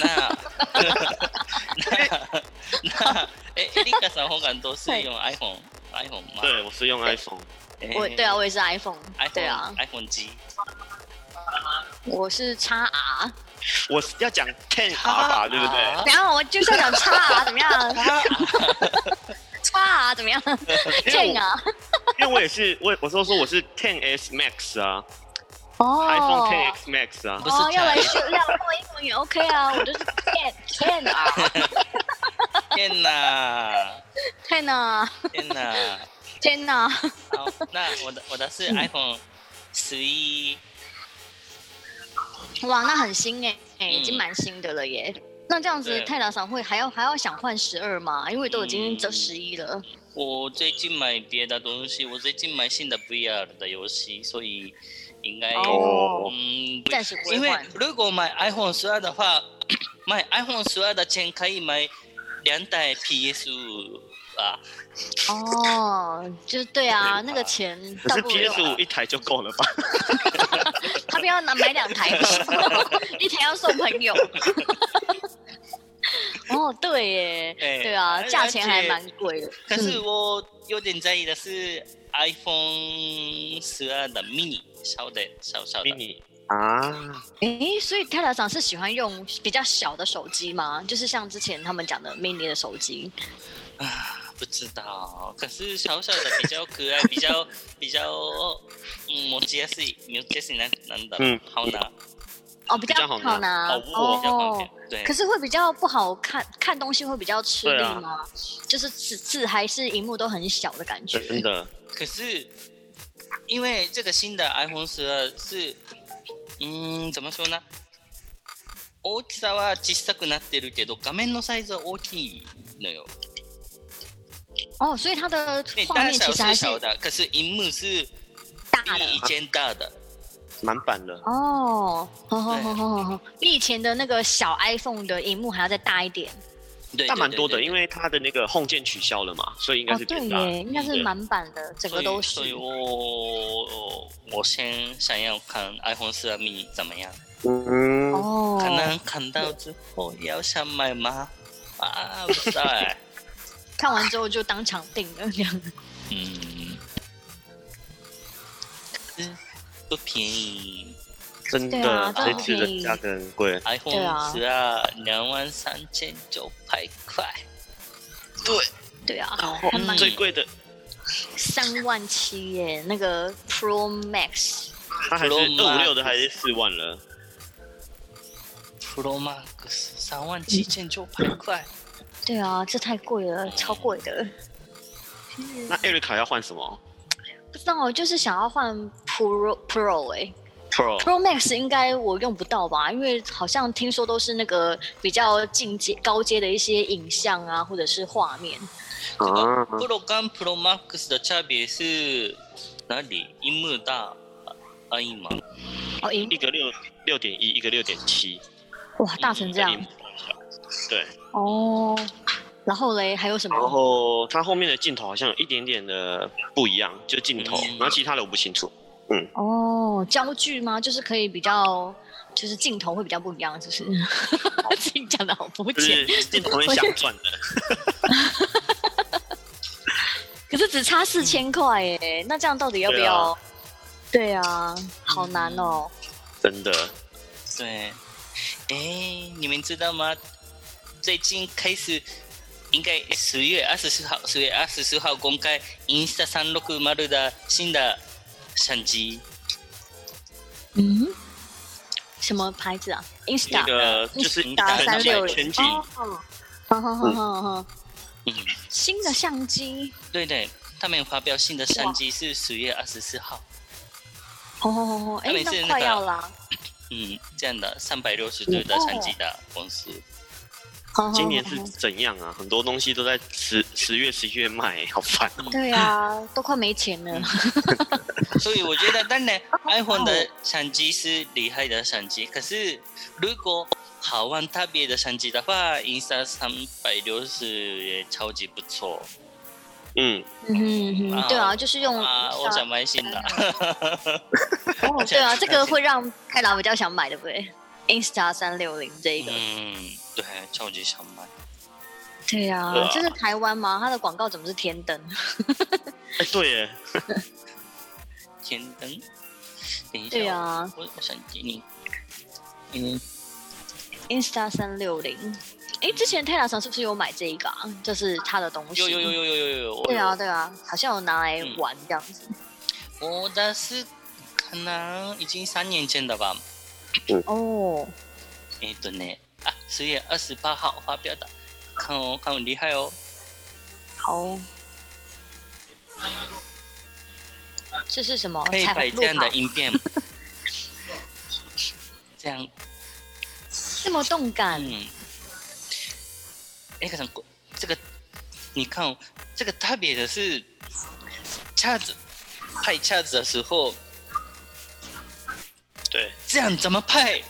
Speaker 1: なあ、なあ、え、エリカさん、ほかどうするよ、iPhone、iPhone、ま
Speaker 3: 对，我是用 iPhone。
Speaker 1: あ、
Speaker 2: 我对啊，我也是 iPhone，对啊
Speaker 1: iPhone、，iPhone G。
Speaker 2: 我是 x R。
Speaker 3: 我要讲 Ten R 吧，对不对？
Speaker 1: 啊
Speaker 2: 然后我就是要讲 x R 怎么样 x R 怎么样？ 这个啊
Speaker 3: 因为我也是，我我都说我是 Ten S Max 啊，iPhone
Speaker 2: 哦
Speaker 3: Ten X Max 啊
Speaker 1: 不。是
Speaker 2: 哦，要来
Speaker 1: X
Speaker 2: 学要做英文也 OK 啊，我就是 Ten Ten 啊
Speaker 1: 変な、
Speaker 2: Ten 啊
Speaker 1: 変な。
Speaker 2: Ten 啊，
Speaker 1: あなあ、我的我的是 iPhone 十一。
Speaker 2: 哇，那很新哎、哎、
Speaker 1: 嗯
Speaker 2: 已经蛮新的了耶。那这样子
Speaker 1: 对
Speaker 2: 泰达赏会还要还要想换十二吗？因为都已经
Speaker 1: 嗯
Speaker 2: 这十一了。
Speaker 1: 我最近买别的东西，我最近买新的 VR 的游戏，所以应该
Speaker 2: 哦
Speaker 1: 嗯，
Speaker 2: 暂时不会
Speaker 1: 因为
Speaker 2: 换
Speaker 1: 如果买 iPhone 十二的 话，买 iPhone 十二的钱可以买两台 PS 啊，
Speaker 2: 哦，就是对啊，
Speaker 1: 对吧
Speaker 2: 那个钱
Speaker 3: 可
Speaker 2: 倒
Speaker 3: 是
Speaker 2: 不如
Speaker 3: PS 五一台就够了吧？
Speaker 2: 他不要拿买两 台吧，一台要送朋友。哦，对耶，
Speaker 1: 哎
Speaker 2: 对啊，
Speaker 1: 而
Speaker 2: 价钱还蛮
Speaker 1: 而
Speaker 2: 贵的。
Speaker 1: 可是
Speaker 2: 嗯
Speaker 1: 我有点在意的是 iPhone 十二的 mini 小的小小的
Speaker 3: mini 啊，
Speaker 2: 诶，所以泰达长是喜欢用比较小的手机吗？就是像之前他们讲的 mini 的手机。
Speaker 1: 啊，不知道，可是小小的比较可爱，比较比较嗯，持ちやすい持ちやすいなんなんだろう
Speaker 3: 嗯，
Speaker 1: 好拿。
Speaker 2: 哦，比
Speaker 3: 比
Speaker 2: 较
Speaker 3: 较好拿
Speaker 2: 好拿哦
Speaker 3: 好握
Speaker 1: 比较方便。对，
Speaker 2: 可是会比较不好看，看东西会比较吃力
Speaker 3: 对啊
Speaker 2: 吗？就是字字还是荧幕都很小的感觉。
Speaker 3: 真的
Speaker 1: 可是因为这个新的 iPhone 十二是，嗯，怎么说呢？大きさは小さくなってるけど、画面のサイズは大きいのよ。
Speaker 2: 哦，所以它的
Speaker 1: で
Speaker 2: 画
Speaker 1: 哎大
Speaker 2: 面
Speaker 1: 小
Speaker 2: 其实还
Speaker 1: 是
Speaker 2: 是
Speaker 1: 小的，可是荧幕是
Speaker 2: 大的。
Speaker 1: 比以前大的。
Speaker 3: 满版了。
Speaker 2: 哦，好好好好好，比以前的那个小 iPhone 的荧幕还要再大一点。
Speaker 1: 对，
Speaker 3: 但蛮多的，因
Speaker 1: 为
Speaker 3: 为它的那个 home 键取消了嘛，所以应该
Speaker 2: 哦
Speaker 3: 是，
Speaker 2: 对
Speaker 3: 变大。
Speaker 2: 耶，应该是
Speaker 3: 对
Speaker 2: 满版的，整个都是
Speaker 1: 所以。所以我我先想要看 iPhone 十二 mini 怎么样？
Speaker 3: 嗯，
Speaker 2: 哦，
Speaker 1: 可能看到之后要想买吗？啊，不知道哎。
Speaker 2: 看完之后就当场定了这样。
Speaker 1: 嗯，嗯不便宜
Speaker 3: 真
Speaker 2: 对啊
Speaker 3: 的，
Speaker 2: 真
Speaker 3: 这
Speaker 2: 的
Speaker 3: 次
Speaker 2: 便宜
Speaker 3: 的价格很
Speaker 1: 哦
Speaker 3: 贵。
Speaker 2: 对
Speaker 1: ，iPhone
Speaker 2: 啊
Speaker 1: 十二两万三千九百块。对，
Speaker 2: 对啊，
Speaker 3: 然后
Speaker 2: 还
Speaker 1: 嗯
Speaker 2: 蛮
Speaker 3: 哦嗯最贵的，
Speaker 2: 三万七耶，那个 Pro Max。
Speaker 3: 它还是
Speaker 1: Pro
Speaker 3: 二五
Speaker 1: Max
Speaker 3: 六的，还是四万了。
Speaker 1: Pro Max 三万七千九百块。
Speaker 2: 对啊，这太贵了，超贵的。嗯
Speaker 3: 那艾瑞卡要换什么
Speaker 2: 不知道，就是想要换 Pro Pro 哎、
Speaker 3: ？Pro
Speaker 2: Pro Max 应该我用不到吧，因为好像听说都是那个比较进阶、高阶的一些影像啊，或者是画面。
Speaker 3: 啊，
Speaker 1: Pro 跟 Pro Max 的差别是哪里？荧幕大而已吗？
Speaker 2: 哦，荧幕
Speaker 3: 一个六六点一，一个六点七，
Speaker 2: 哇大成这
Speaker 3: 一
Speaker 2: 样
Speaker 3: 模一样对，
Speaker 2: 哦。然后嘞，还有什
Speaker 3: 然
Speaker 2: 么？
Speaker 3: 后它后面的镜头好像有一点点的不一样，就镜头
Speaker 1: 嗯，
Speaker 3: 然后其他的我不清楚。
Speaker 2: 哦，焦距吗？就是可以比较，就是镜头会比较不一样，就是 自己讲的好肤
Speaker 3: 就
Speaker 2: 浅
Speaker 3: 是。镜头很想转的，
Speaker 2: 可是只差四千块哎，那这样到底要不要？对啊，好难哦。
Speaker 3: 真的。
Speaker 1: 对，哎，你们知道吗？最近开始，应该十月二十四号，十月二十四号公开 Insta 三六0的新的相机，
Speaker 2: 嗯，什么牌子啊
Speaker 3: 那
Speaker 2: ？Insta
Speaker 3: 个就是
Speaker 1: 你打
Speaker 2: 打
Speaker 1: 全
Speaker 2: 三六零
Speaker 3: 全景，
Speaker 2: 哦，好好好好好，
Speaker 1: 嗯，
Speaker 2: 新的相机，
Speaker 1: 对对，他们发表新的相机是十月二十四号，
Speaker 2: 哦哦哦，哎
Speaker 1: 特别，是那
Speaker 2: 那
Speaker 1: 个
Speaker 2: 快要啦，
Speaker 1: 嗯，这样的三百六十度的相机的公司，
Speaker 2: 好好好
Speaker 3: 今年是怎样啊？很多东西都在十十月、十一月卖，好烦哦。
Speaker 2: 对啊，都快没钱了，
Speaker 1: 所以我觉得，当然 iPhone 的相机是厉害的相机，可是如果好玩特别的山鸡的话，一三三百六十也超级不错
Speaker 3: 嗯，
Speaker 2: 嗯哼嗯哼，对啊，
Speaker 1: 啊
Speaker 2: 就是用
Speaker 1: 啊！我想买新的。
Speaker 2: 哦，对啊，这个会让开达比较想买，对不对？Insta 三六零这一个，
Speaker 1: 嗯，对，超级想买。
Speaker 2: 对呀
Speaker 3: 对啊
Speaker 2: 这是台湾吗？它的广告怎么是天灯？
Speaker 3: 哎、对耶，
Speaker 1: 天灯，等一下，
Speaker 2: 对啊
Speaker 1: 我我想给你，嗯，
Speaker 2: ，Insta 三六零。哎，之前 Tera 上是不是有买这一个啊？就是它的东西。
Speaker 1: 有有有。有有有有有，
Speaker 2: 对啊，对啊，好像有拿来
Speaker 1: 嗯
Speaker 2: 玩这样子。
Speaker 1: 我的是可能已经三年前的吧，嗯
Speaker 2: 哦，
Speaker 1: えっ、とね、あ、十月二十八号发表的，看哦，看我厉害哦。
Speaker 2: 好。这是什么？
Speaker 1: 可以
Speaker 2: 彩
Speaker 1: 摆
Speaker 2: 虹
Speaker 1: 这样
Speaker 2: 路
Speaker 1: 的
Speaker 2: 跑
Speaker 1: 影片，这样，
Speaker 2: 这么动感，
Speaker 1: 嗯，哎、可能过这个，你看、哦，这个特别的是，恰子拍恰子的时候，
Speaker 3: 对，
Speaker 1: 这样怎么拍？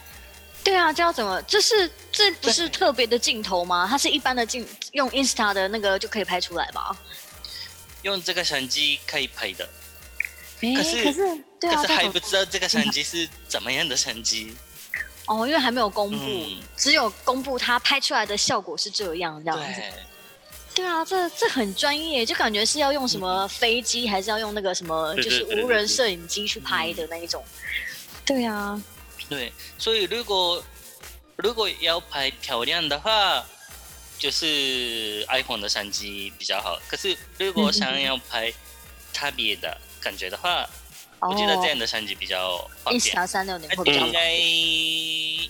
Speaker 2: 对啊，这要怎么？这是这不
Speaker 1: 对
Speaker 2: 是特别的镜头吗？它是一般的镜，用 Insta 的那个就可以拍出来吧？
Speaker 1: 用这个相机可以拍的，
Speaker 2: 诶
Speaker 1: 可是
Speaker 2: 可是对啊，
Speaker 1: 可是
Speaker 2: 这
Speaker 1: 还
Speaker 2: 很
Speaker 1: 不知道这个相机是怎么样的相机。
Speaker 2: 哦，因为还没有公布，
Speaker 1: 嗯
Speaker 2: 只有公布它拍出来的效果是这样这样子。
Speaker 1: 对，
Speaker 2: 对啊，这这很专业，就感觉是要用什么飞机，还是要用那个什么，
Speaker 3: 嗯对
Speaker 2: 就
Speaker 3: 对
Speaker 2: 是
Speaker 3: 对对嗯
Speaker 2: 无人摄影机去拍的那一种。对啊，
Speaker 1: 对，所以如果如果要拍漂亮的话，就是 iPhone 的相机比较好。可是如果
Speaker 2: 嗯
Speaker 1: 想要拍特别的感觉的话，我觉得这样的相机比较方
Speaker 2: 哦一
Speaker 1: 便。
Speaker 2: 三三六零
Speaker 3: 哎
Speaker 2: 会比较
Speaker 3: 嗯
Speaker 1: 应该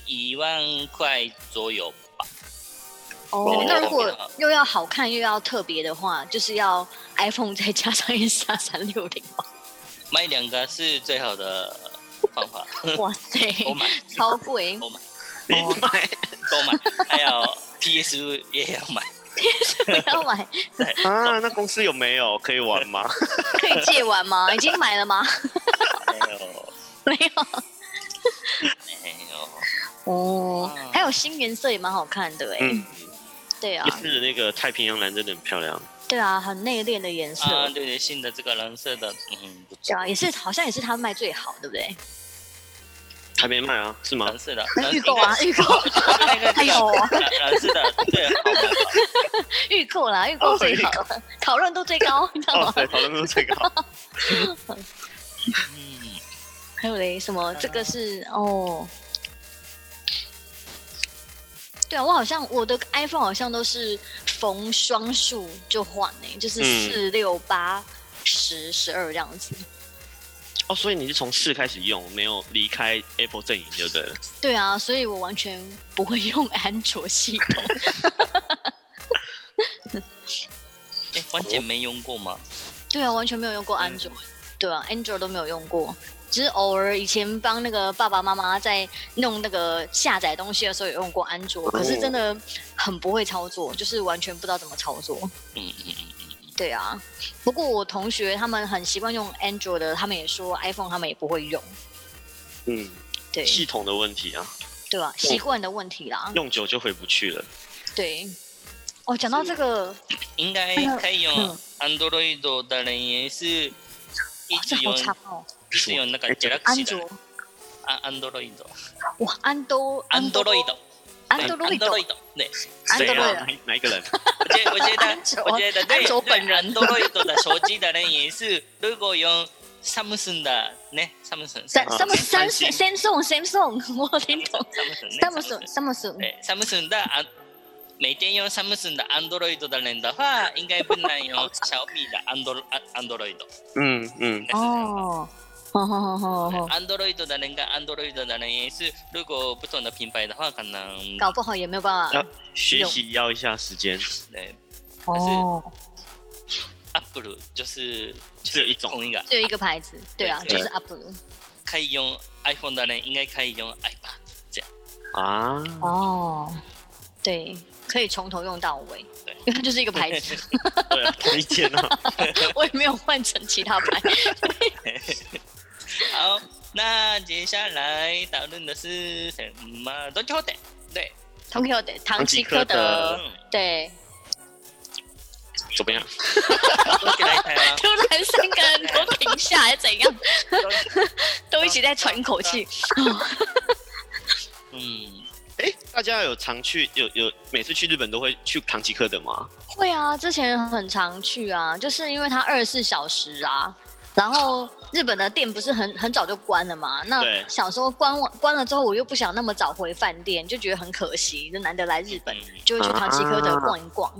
Speaker 1: 一万块左右吧。
Speaker 2: 哦。那如
Speaker 1: 比较
Speaker 2: 果
Speaker 1: 好
Speaker 2: 又要好看又要特别的话，就是要 iPhone 再加上一三三六零吧。
Speaker 1: 买两个是最好的方法。
Speaker 2: 哇塞，
Speaker 1: 我买，
Speaker 2: 超贵！
Speaker 1: 我买，
Speaker 3: 你
Speaker 2: 哦
Speaker 3: 买
Speaker 1: 都买，还有 PS 也要买。
Speaker 2: 不要买，
Speaker 3: 啊？那公司有没有可以 玩吗？
Speaker 2: 可以借玩吗？已经买了吗？
Speaker 1: 还有，
Speaker 2: 没有。
Speaker 1: 还有，
Speaker 2: 哦
Speaker 1: 嗯，
Speaker 2: 还有新颜色也蛮好看的哎、
Speaker 3: 嗯，
Speaker 2: 对啊
Speaker 3: 也，是那个太平洋蓝真的很漂亮。
Speaker 2: 对啊，很内敛的颜色。
Speaker 1: 啊，对对，新的这个蓝色的，嗯，不错。
Speaker 2: 对啊，也是好像也是他卖最好，对不对？
Speaker 3: 还没卖啊？ 是吗
Speaker 1: 蓝？色的
Speaker 2: 预购啊，，预购，
Speaker 1: 那个
Speaker 2: 还有啊
Speaker 1: 蓝色的，对，好
Speaker 2: 预购啦，预购最好了，讨论度最高，你知道
Speaker 3: 哦
Speaker 2: 吗，？
Speaker 3: 对，讨论度最高。
Speaker 1: 嗯，
Speaker 2: 还有嘞，什么这个是哦。对啊，我好像我的 iPhone 好像都是逢双数就换诶、就是
Speaker 3: 嗯
Speaker 2: 四六八十十二这样子。
Speaker 3: 哦，所以你是从四开始用，没有离开 Apple 阵营就对了。
Speaker 2: 对啊，所以我完全不会用安卓系统。
Speaker 1: 哎，完全没用过吗？
Speaker 2: 对啊，完全没有用过安卓。对啊，Android 都没有用过，只是偶尔以前帮那个爸爸妈妈在弄那个下载东西的时候有用过安卓，可是真的很不会操作，就是完全不知道怎么操作。
Speaker 1: 嗯嗯嗯嗯嗯，
Speaker 2: 对啊，不过我同学他们很习惯用 Android 的，他们也说 iPhone 他们也不会用。
Speaker 3: 嗯，
Speaker 2: 对
Speaker 3: 系统的问题啊，
Speaker 2: 对啊，习惯的问题啦。
Speaker 3: 用久就回不去了。
Speaker 2: 对，哦，讲到这个，
Speaker 1: 应该可以用 Android 的人也是一直
Speaker 2: 这好
Speaker 1: 用，
Speaker 2: 长哦，
Speaker 1: 一直用那个 Galaxy
Speaker 2: 安
Speaker 1: 的
Speaker 2: 卓
Speaker 1: 啊，Android，
Speaker 2: 哇，安都安都
Speaker 1: Android，
Speaker 2: 安都瑞德。
Speaker 1: Android，对，
Speaker 2: 安
Speaker 3: 谁
Speaker 2: 德
Speaker 3: 啊？
Speaker 2: 瑞
Speaker 3: 哪哪一 个人？
Speaker 1: 我觉我觉得我觉得对，Android 的手机的人也是，如果用 Samsung 的呢，Samsung，
Speaker 2: 三
Speaker 3: 啊
Speaker 2: 什么三
Speaker 3: 三星
Speaker 2: Samsung Samsung，我听懂。Samsung Samsung，
Speaker 1: 对，Samsung 的啊，每天用 Samsung 的 Android 的人的话，应该不能用小米的 Andro Android。
Speaker 3: 嗯嗯，
Speaker 2: 哦，好好好好好，
Speaker 1: Android 的人跟 Android 的人也是，如果不同的品牌的话，可能
Speaker 2: 搞不好也没有办
Speaker 3: 要
Speaker 2: 法。
Speaker 3: 学习要一下时间。
Speaker 1: 对
Speaker 2: 哦，
Speaker 1: Apple 就是
Speaker 3: 只有一种
Speaker 1: 同一个
Speaker 2: 只有一个牌子，对啊，就
Speaker 3: 对
Speaker 2: 是 Apple。
Speaker 1: 可以用 iPhone 的人，应该可以用 iPad。
Speaker 3: 啊，
Speaker 2: 哦，对，可以从头用到尾
Speaker 1: 对，
Speaker 2: 因为它就是一个牌子，
Speaker 3: 对啊，同一天啊。
Speaker 2: 我也没有换成其他牌。
Speaker 1: 好，那接下来讨论的是什么？ドンキホーテ。对，
Speaker 4: ，Tokyo 的唐吉诃
Speaker 3: 唐吉诃
Speaker 1: う
Speaker 4: 德
Speaker 3: 德，
Speaker 1: ん。
Speaker 4: 对，
Speaker 3: 怎么样？
Speaker 1: どちら行ったよ
Speaker 4: 突然三个人都停下来，怎样？ 都一起在喘口气。
Speaker 1: うん。
Speaker 3: 哎，大家有常去有有每次去日本都会去唐吉诃德吗？
Speaker 2: 会啊，之前很常去啊，就是因为它二十四小时啊。然后日本的店不是很很早就关了嘛？那
Speaker 3: 对
Speaker 2: 想说关完关了之后，我又不想那么早回饭店，就觉得很可惜。就难得来日本，就会去唐吉诃德逛一逛。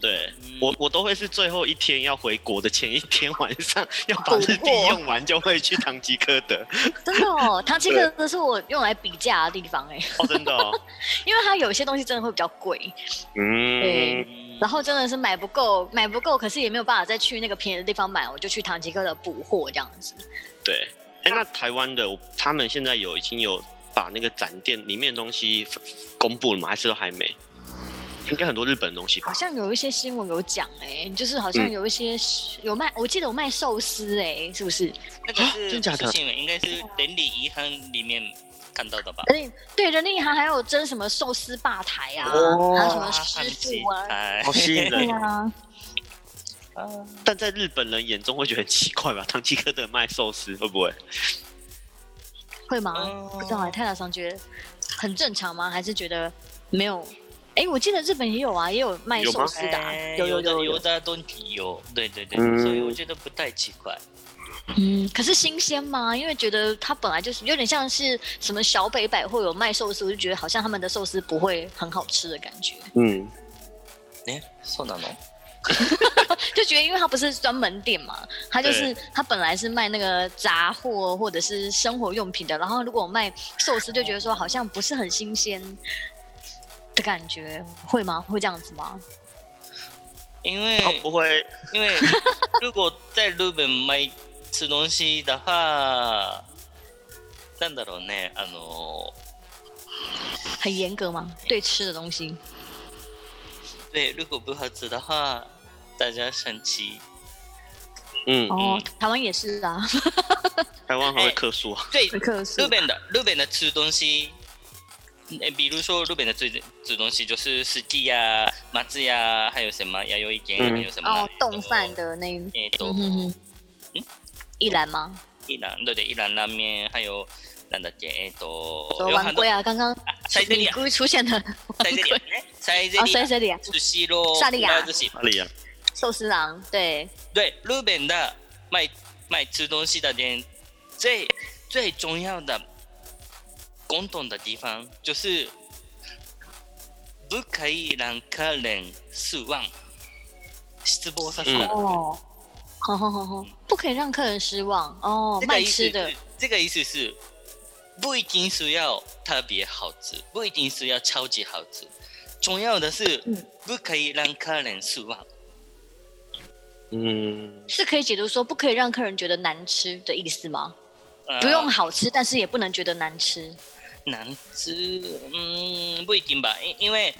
Speaker 3: 对
Speaker 1: 嗯
Speaker 3: 我我都会是最后一天要回国的前一天晚上要把日币用完，就会去唐吉诃德。
Speaker 2: 真的哦，唐吉诃德是我用来比价的地方哎、
Speaker 3: 哦，真的哦。
Speaker 2: 因为它有些东西真的会比较贵，
Speaker 3: 嗯
Speaker 2: 对，然后真的是买不够，买不够，可是也没有办法再去那个便宜的地方买，我就去唐吉诃德补货这样子。
Speaker 3: 对。哎，那台湾的他们现在有已经有把那个展店里面的东西公布了吗？还是都还没？应该很多日本的东西吧
Speaker 2: 好。像有一些新闻有讲哎、就是好像
Speaker 3: 嗯
Speaker 2: 有一些、有卖，我记得有卖寿司哎、是不是？
Speaker 1: 那个是
Speaker 3: 真假
Speaker 1: 不
Speaker 3: 的
Speaker 1: 是新闻，应该是伦理遗憾里面看到的吧？
Speaker 2: 而且对人力银行还有争什么寿司吧台啊，
Speaker 3: 哦
Speaker 2: 还有什么师傅啊，
Speaker 1: はい
Speaker 3: 好吸引
Speaker 2: 对
Speaker 3: 人，
Speaker 2: 啊，
Speaker 3: 但在日本人眼中会觉得很奇怪吧？唐吉诃德卖寿司会不会？
Speaker 2: 会吗？
Speaker 1: 嗯
Speaker 2: 不知道哎、泰达商觉得很正常吗？还是觉得没有？哎、我记得日本也有啊，也有卖
Speaker 3: 有
Speaker 2: 寿
Speaker 3: 吗
Speaker 2: 司的、啊，
Speaker 1: 哎
Speaker 2: 有有
Speaker 1: 的
Speaker 2: 有
Speaker 1: 有
Speaker 2: 有，
Speaker 1: 的东西有，对对对，
Speaker 3: 嗯
Speaker 1: 所以我觉得不太奇怪。
Speaker 2: 嗯，可是新鲜吗？因为觉得它本来就是有点像是什么小北百货有卖寿司，我就觉得好像他们的寿司不会很好吃的感觉，
Speaker 3: 嗯，
Speaker 1: ね、そうなの？
Speaker 2: 就觉得因为它不是专门店嘛，它就是它本来是卖那个杂货或者是生活用品的，然后如果卖寿司，就觉得说好像不是很新鲜的感觉，会吗？会这样子吗？
Speaker 1: 因为
Speaker 3: 他哦不会
Speaker 1: 因为如果在日本买吃东西的话，なんだろうね、あの、
Speaker 2: 很严格吗？对吃的东西，
Speaker 1: 对，如果不好吃的话，大家生气。
Speaker 3: 嗯
Speaker 2: 哦
Speaker 3: 嗯，，
Speaker 2: 台湾也是啊，
Speaker 3: 台湾还会克数啊。
Speaker 1: 对，
Speaker 2: 克数
Speaker 1: 日本的日本的吃东西，诶比如说日本的吃吃东西就是四季呀、松屋，还有什么やよい軒，
Speaker 3: 嗯
Speaker 1: 还有什么
Speaker 2: 哦，冻饭，的那一
Speaker 1: えっと
Speaker 2: 嗯，哼哼，一兰吗？
Speaker 1: 一兰对对，一兰拉面，还有なんだっけ，えっと
Speaker 2: 说，
Speaker 1: 哦
Speaker 2: 晚归
Speaker 1: 有很多
Speaker 2: 啊，刚刚
Speaker 1: サイゼリ
Speaker 2: 你
Speaker 1: ヤ，
Speaker 2: 故意出现的
Speaker 1: サイゼリヤね，サイゼ
Speaker 2: 哦，
Speaker 1: リ
Speaker 2: 谁
Speaker 1: ヤ，
Speaker 2: 谁里啊？
Speaker 1: 寿司ロー、
Speaker 2: サリ
Speaker 1: く
Speaker 2: ヤ
Speaker 1: ら寿司
Speaker 3: 哪里啊？
Speaker 2: 寿司郎对，
Speaker 1: 对，日本的卖卖吃东西的店，最最重要的共同的地方就是不可以让客人失望、失望させない。
Speaker 2: 哦，好好好好，不可以让客人失望哦。
Speaker 1: 这个
Speaker 2: 卖
Speaker 1: 意思
Speaker 2: 吃的
Speaker 1: 是，这个意思是不一定是要特别好吃，不一定是要超级好吃，重要的是
Speaker 2: 嗯
Speaker 1: 不可以让客人失望。
Speaker 3: 嗯，
Speaker 2: 是可以解读说不可以让客人觉得难吃的意思吗？
Speaker 1: 呃
Speaker 2: 不用好吃，但是也不能觉得难吃。
Speaker 1: 难吃，嗯，不一定吧，因因为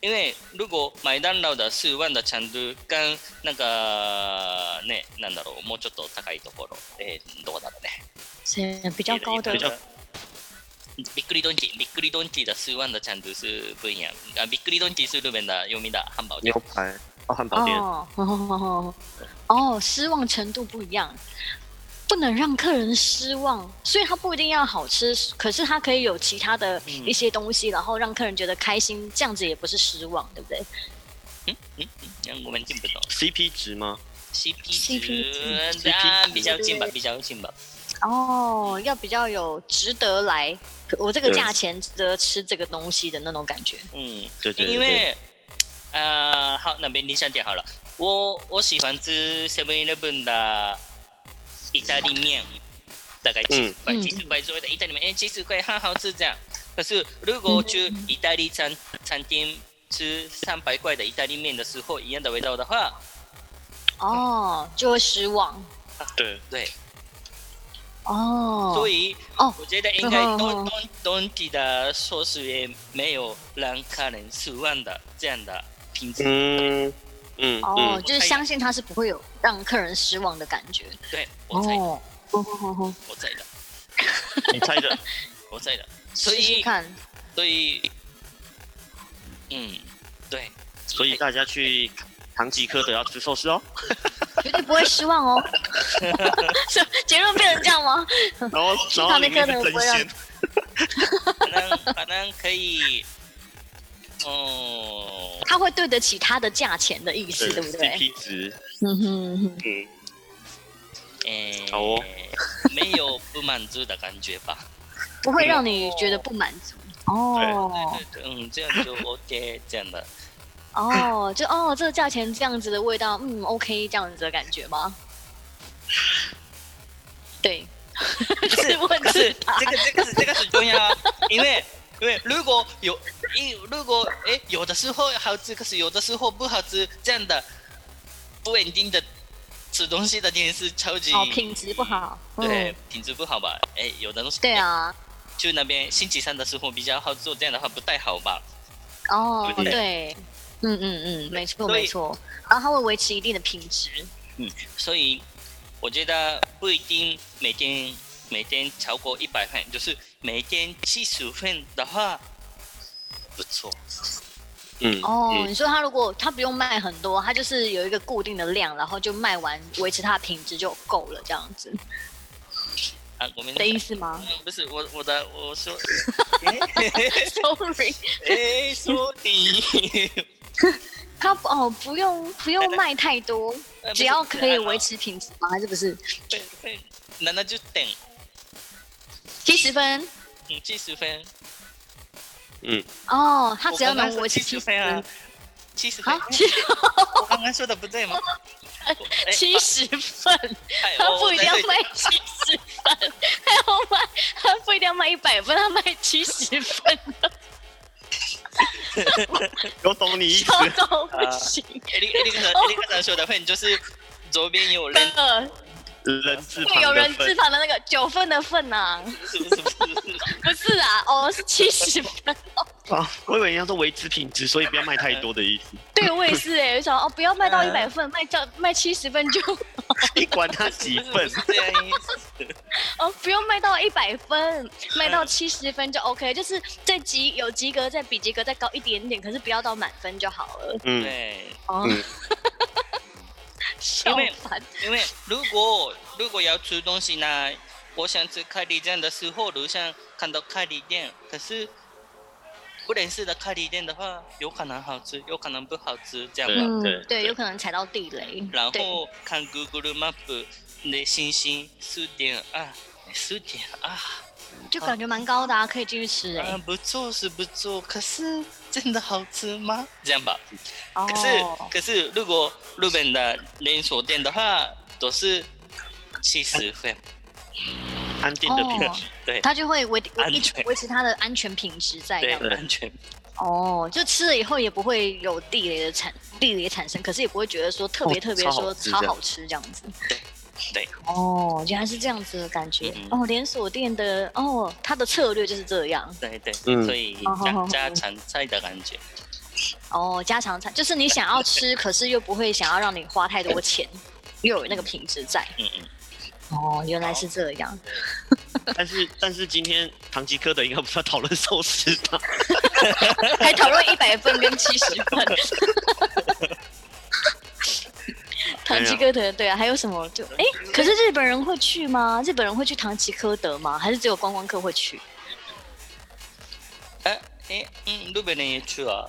Speaker 1: 因为如果麦当劳的四万的程度跟那个ね、なんだろう、もうちょっと高いところ、えー、どうだろうね。
Speaker 2: 是比较高的
Speaker 3: 比较
Speaker 1: びっくりドンキー、びっくりドンキーだ四万的程度是不一样。あ、びっくりドンキー是日本的読みだ、ハンバーグ。
Speaker 3: 牛排哦，汉堡店。
Speaker 2: 哦哦哦哦哦，失望程度不一样，不能让客人失望，所以它不一定要好吃，可是它可以有其他的
Speaker 1: 嗯
Speaker 2: 一些东西，然后让客人觉得开心，这样子也不是失望，对不对？
Speaker 1: 嗯ごめん、听不懂。
Speaker 3: CP 值吗？
Speaker 1: CP
Speaker 2: 值
Speaker 1: 值啊，
Speaker 3: CP 值
Speaker 1: 比较近吧，比较近吧。
Speaker 2: 哦，要比较有值得来，我这个
Speaker 3: 对
Speaker 2: 价钱值得吃这个东西的那种感觉。
Speaker 1: 嗯，
Speaker 3: 对对对
Speaker 1: 因
Speaker 3: 对。
Speaker 1: 为，呃，好，那便利商店好了，我我喜欢吃 Seven Eleven 的意大利面，大概七十块，
Speaker 2: 嗯
Speaker 1: 七十块左右的意大利面，哎，七十块很好吃这样。可是如果去意大利餐餐厅吃三百块的意大利面的时候，一样的味道的话，嗯
Speaker 2: 哦，就会失望。
Speaker 3: 对
Speaker 1: 对，
Speaker 2: 哦，
Speaker 1: 所以
Speaker 2: 哦
Speaker 1: 我觉得应该
Speaker 2: 哦
Speaker 1: 东东东体的寿司也没有让客人失望的这样的品质。
Speaker 3: 嗯嗯
Speaker 2: 哦，
Speaker 3: 嗯，
Speaker 2: 就是相信它是不会有让客人失望的感觉。
Speaker 1: 对，我猜的，
Speaker 2: 哦，哦哦哦，
Speaker 1: 我猜的，
Speaker 3: 你猜的？
Speaker 1: 我猜的。所
Speaker 2: 试
Speaker 1: 以
Speaker 2: 试看。
Speaker 1: 所以嗯，对，
Speaker 3: 所以大家去唐吉诃德要吃寿 司哦。
Speaker 2: 绝对不会失 望哦。结论变成这样吗？
Speaker 3: 然后
Speaker 2: 去
Speaker 3: 然后
Speaker 2: 唐吉
Speaker 3: 里
Speaker 2: 诃
Speaker 3: 面
Speaker 2: 德
Speaker 3: 是
Speaker 2: 不
Speaker 3: 真
Speaker 2: 会让
Speaker 3: 鲜，
Speaker 1: 可能可能可以，哦，
Speaker 2: 他会对得起他的价钱的意思，对不对？
Speaker 3: ？CP 值，
Speaker 2: 嗯哼嗯哼，
Speaker 3: 嗯，
Speaker 1: 诶、
Speaker 3: 好哦
Speaker 1: 没有不满足的感觉吧？
Speaker 2: 不会让你觉得不满足。哦
Speaker 1: 对对，嗯，这样就 OK，这样的，
Speaker 2: 哦，就哦，这个价钱这样子的味道，嗯，OK，这样子的感觉吗？对，
Speaker 1: 可 是
Speaker 2: 问
Speaker 1: 可是
Speaker 2: 自答
Speaker 1: 这个这个是这个是重要啊，因为因为如果有因如果诶有的时候好吃，可是有的时候不好吃，这样的不稳定的吃东西的店是超级
Speaker 2: 哦，品质不好。
Speaker 1: 对
Speaker 2: 嗯，
Speaker 1: 品质不好吧？诶，有的东西
Speaker 2: 对，啊，
Speaker 1: 去那边星期三的时候比较好做，这样的话不太好吧？
Speaker 2: 哦，
Speaker 3: 对
Speaker 2: 对，嗯嗯嗯，没错
Speaker 1: 所以
Speaker 2: 没错，然后它会维持一定的品质。
Speaker 1: 所以我觉得不一定每天每天超过一百份，就是每天七十份的话不错。
Speaker 3: 嗯，
Speaker 2: 哦，
Speaker 3: 嗯
Speaker 2: 你说它如果它不用卖很多，它就是有一个固定的量，然后就卖完维持它的品质就够了，这样子
Speaker 1: 啊，我们
Speaker 2: 的意思吗
Speaker 1: 不是我我的我说，
Speaker 2: ？Sorry，
Speaker 1: 哎，说你
Speaker 2: 它不哦不用不用卖太多，
Speaker 1: 呃
Speaker 2: 只要可以维持品质吗？还是不是
Speaker 1: 难道就等
Speaker 2: 七十分？
Speaker 1: 嗯七十分？
Speaker 3: 嗯，
Speaker 2: 哦，它只要
Speaker 1: 我刚
Speaker 2: 能
Speaker 1: 刚说
Speaker 2: 维持
Speaker 1: 七
Speaker 2: 七
Speaker 1: 十
Speaker 2: 十
Speaker 1: 分啊
Speaker 2: 分，，
Speaker 1: 七十分哎
Speaker 2: 啊，，七
Speaker 1: 我刚刚说的不对吗？哎
Speaker 4: 七十分，
Speaker 1: 哎
Speaker 4: 他
Speaker 1: 我
Speaker 4: 不
Speaker 1: 我
Speaker 4: 一
Speaker 1: 在
Speaker 4: 定要
Speaker 1: 这里
Speaker 4: 卖七十分，他要卖，他不一定要卖一百分，他卖七十 分，
Speaker 3: 我懂你意 思。
Speaker 4: 超都
Speaker 1: 啊
Speaker 4: 不行。
Speaker 1: 艾利艾利克的艾利克的说的分就是左边有人，
Speaker 4: 呃，
Speaker 3: 人字
Speaker 2: 对，
Speaker 3: 旁
Speaker 2: 有
Speaker 3: 的
Speaker 2: 人字
Speaker 3: 分，
Speaker 2: 旁的那个九分的份 啊，
Speaker 1: 是不是？不是
Speaker 4: 不是啊，哦，是七十分，
Speaker 3: 啊，我以为人家说维持品质，所以不要卖太多的 意思。
Speaker 2: 对我也是哎、我想哦，不要卖到
Speaker 1: 嗯
Speaker 2: 一百份，卖到卖七十份就
Speaker 3: 你管他几份
Speaker 1: 不，是这样意思。
Speaker 2: 哦，不用卖到一百分，卖到七十分就 OK，就是再及有及格，再比及格再高一点点，可是不要到满分就好了。
Speaker 3: 嗯，
Speaker 1: 对，
Speaker 2: 哦
Speaker 3: 嗯，
Speaker 2: 笑
Speaker 1: 因为
Speaker 2: 翻，
Speaker 1: 因为如果如果要吃东西呢，我想吃咖喱店的时候，路上看到咖喱店，可是不认识的咖喱店的话，有可能好吃，有可能不好吃，这样
Speaker 3: 对啊
Speaker 1: 吧。
Speaker 2: 嗯，
Speaker 3: 对
Speaker 2: 对，有可能踩到地雷。
Speaker 1: 然
Speaker 2: 对
Speaker 1: 后看 Google Map 的星星四点二，四点二。
Speaker 2: 就感觉蛮高的啊，可以继续吃哎
Speaker 1: 啊，。不错是不错，可是真的好吃吗？这样吧，
Speaker 2: 哦
Speaker 1: 可是、可是如果日本的连锁店的话，都是七十分，
Speaker 3: 安定的品质。
Speaker 1: 对
Speaker 2: 它就会维
Speaker 1: 安
Speaker 2: 一直
Speaker 1: 全
Speaker 2: 维持它的安全品质在这
Speaker 1: 对，
Speaker 2: 样。
Speaker 1: 安全。
Speaker 2: 哦，就吃了以后也不会有地雷的产地雷产生，可是也不会觉得说特别
Speaker 3: 哦
Speaker 2: 特别
Speaker 3: 超好
Speaker 2: 说
Speaker 3: 吃
Speaker 2: 超
Speaker 3: 这样
Speaker 2: 好吃这样子。
Speaker 1: 对，
Speaker 2: 哦，原来是这样子的感觉。
Speaker 1: 嗯
Speaker 2: 哦，连锁店的哦，它的策略就是这样。
Speaker 1: 对对，
Speaker 3: 嗯
Speaker 1: 所以
Speaker 2: 好好好
Speaker 1: 家家常菜的感觉，
Speaker 2: 哦，家常菜就是你想要吃，可是又不会想要让你花太多钱，又有那个品质在。
Speaker 1: 嗯嗯，
Speaker 2: 哦，原来是这样。
Speaker 3: 但是但是今天唐吉诃德应该不是要讨论寿司吧？
Speaker 2: 还讨论一百分跟七十分。唐吉诃德，对啊，还有什么就哎、可是日本人会去吗？日本人会去唐吉诃德吗？还是只有观光客会去？
Speaker 1: 哎、哎，嗯，日本人也去啊，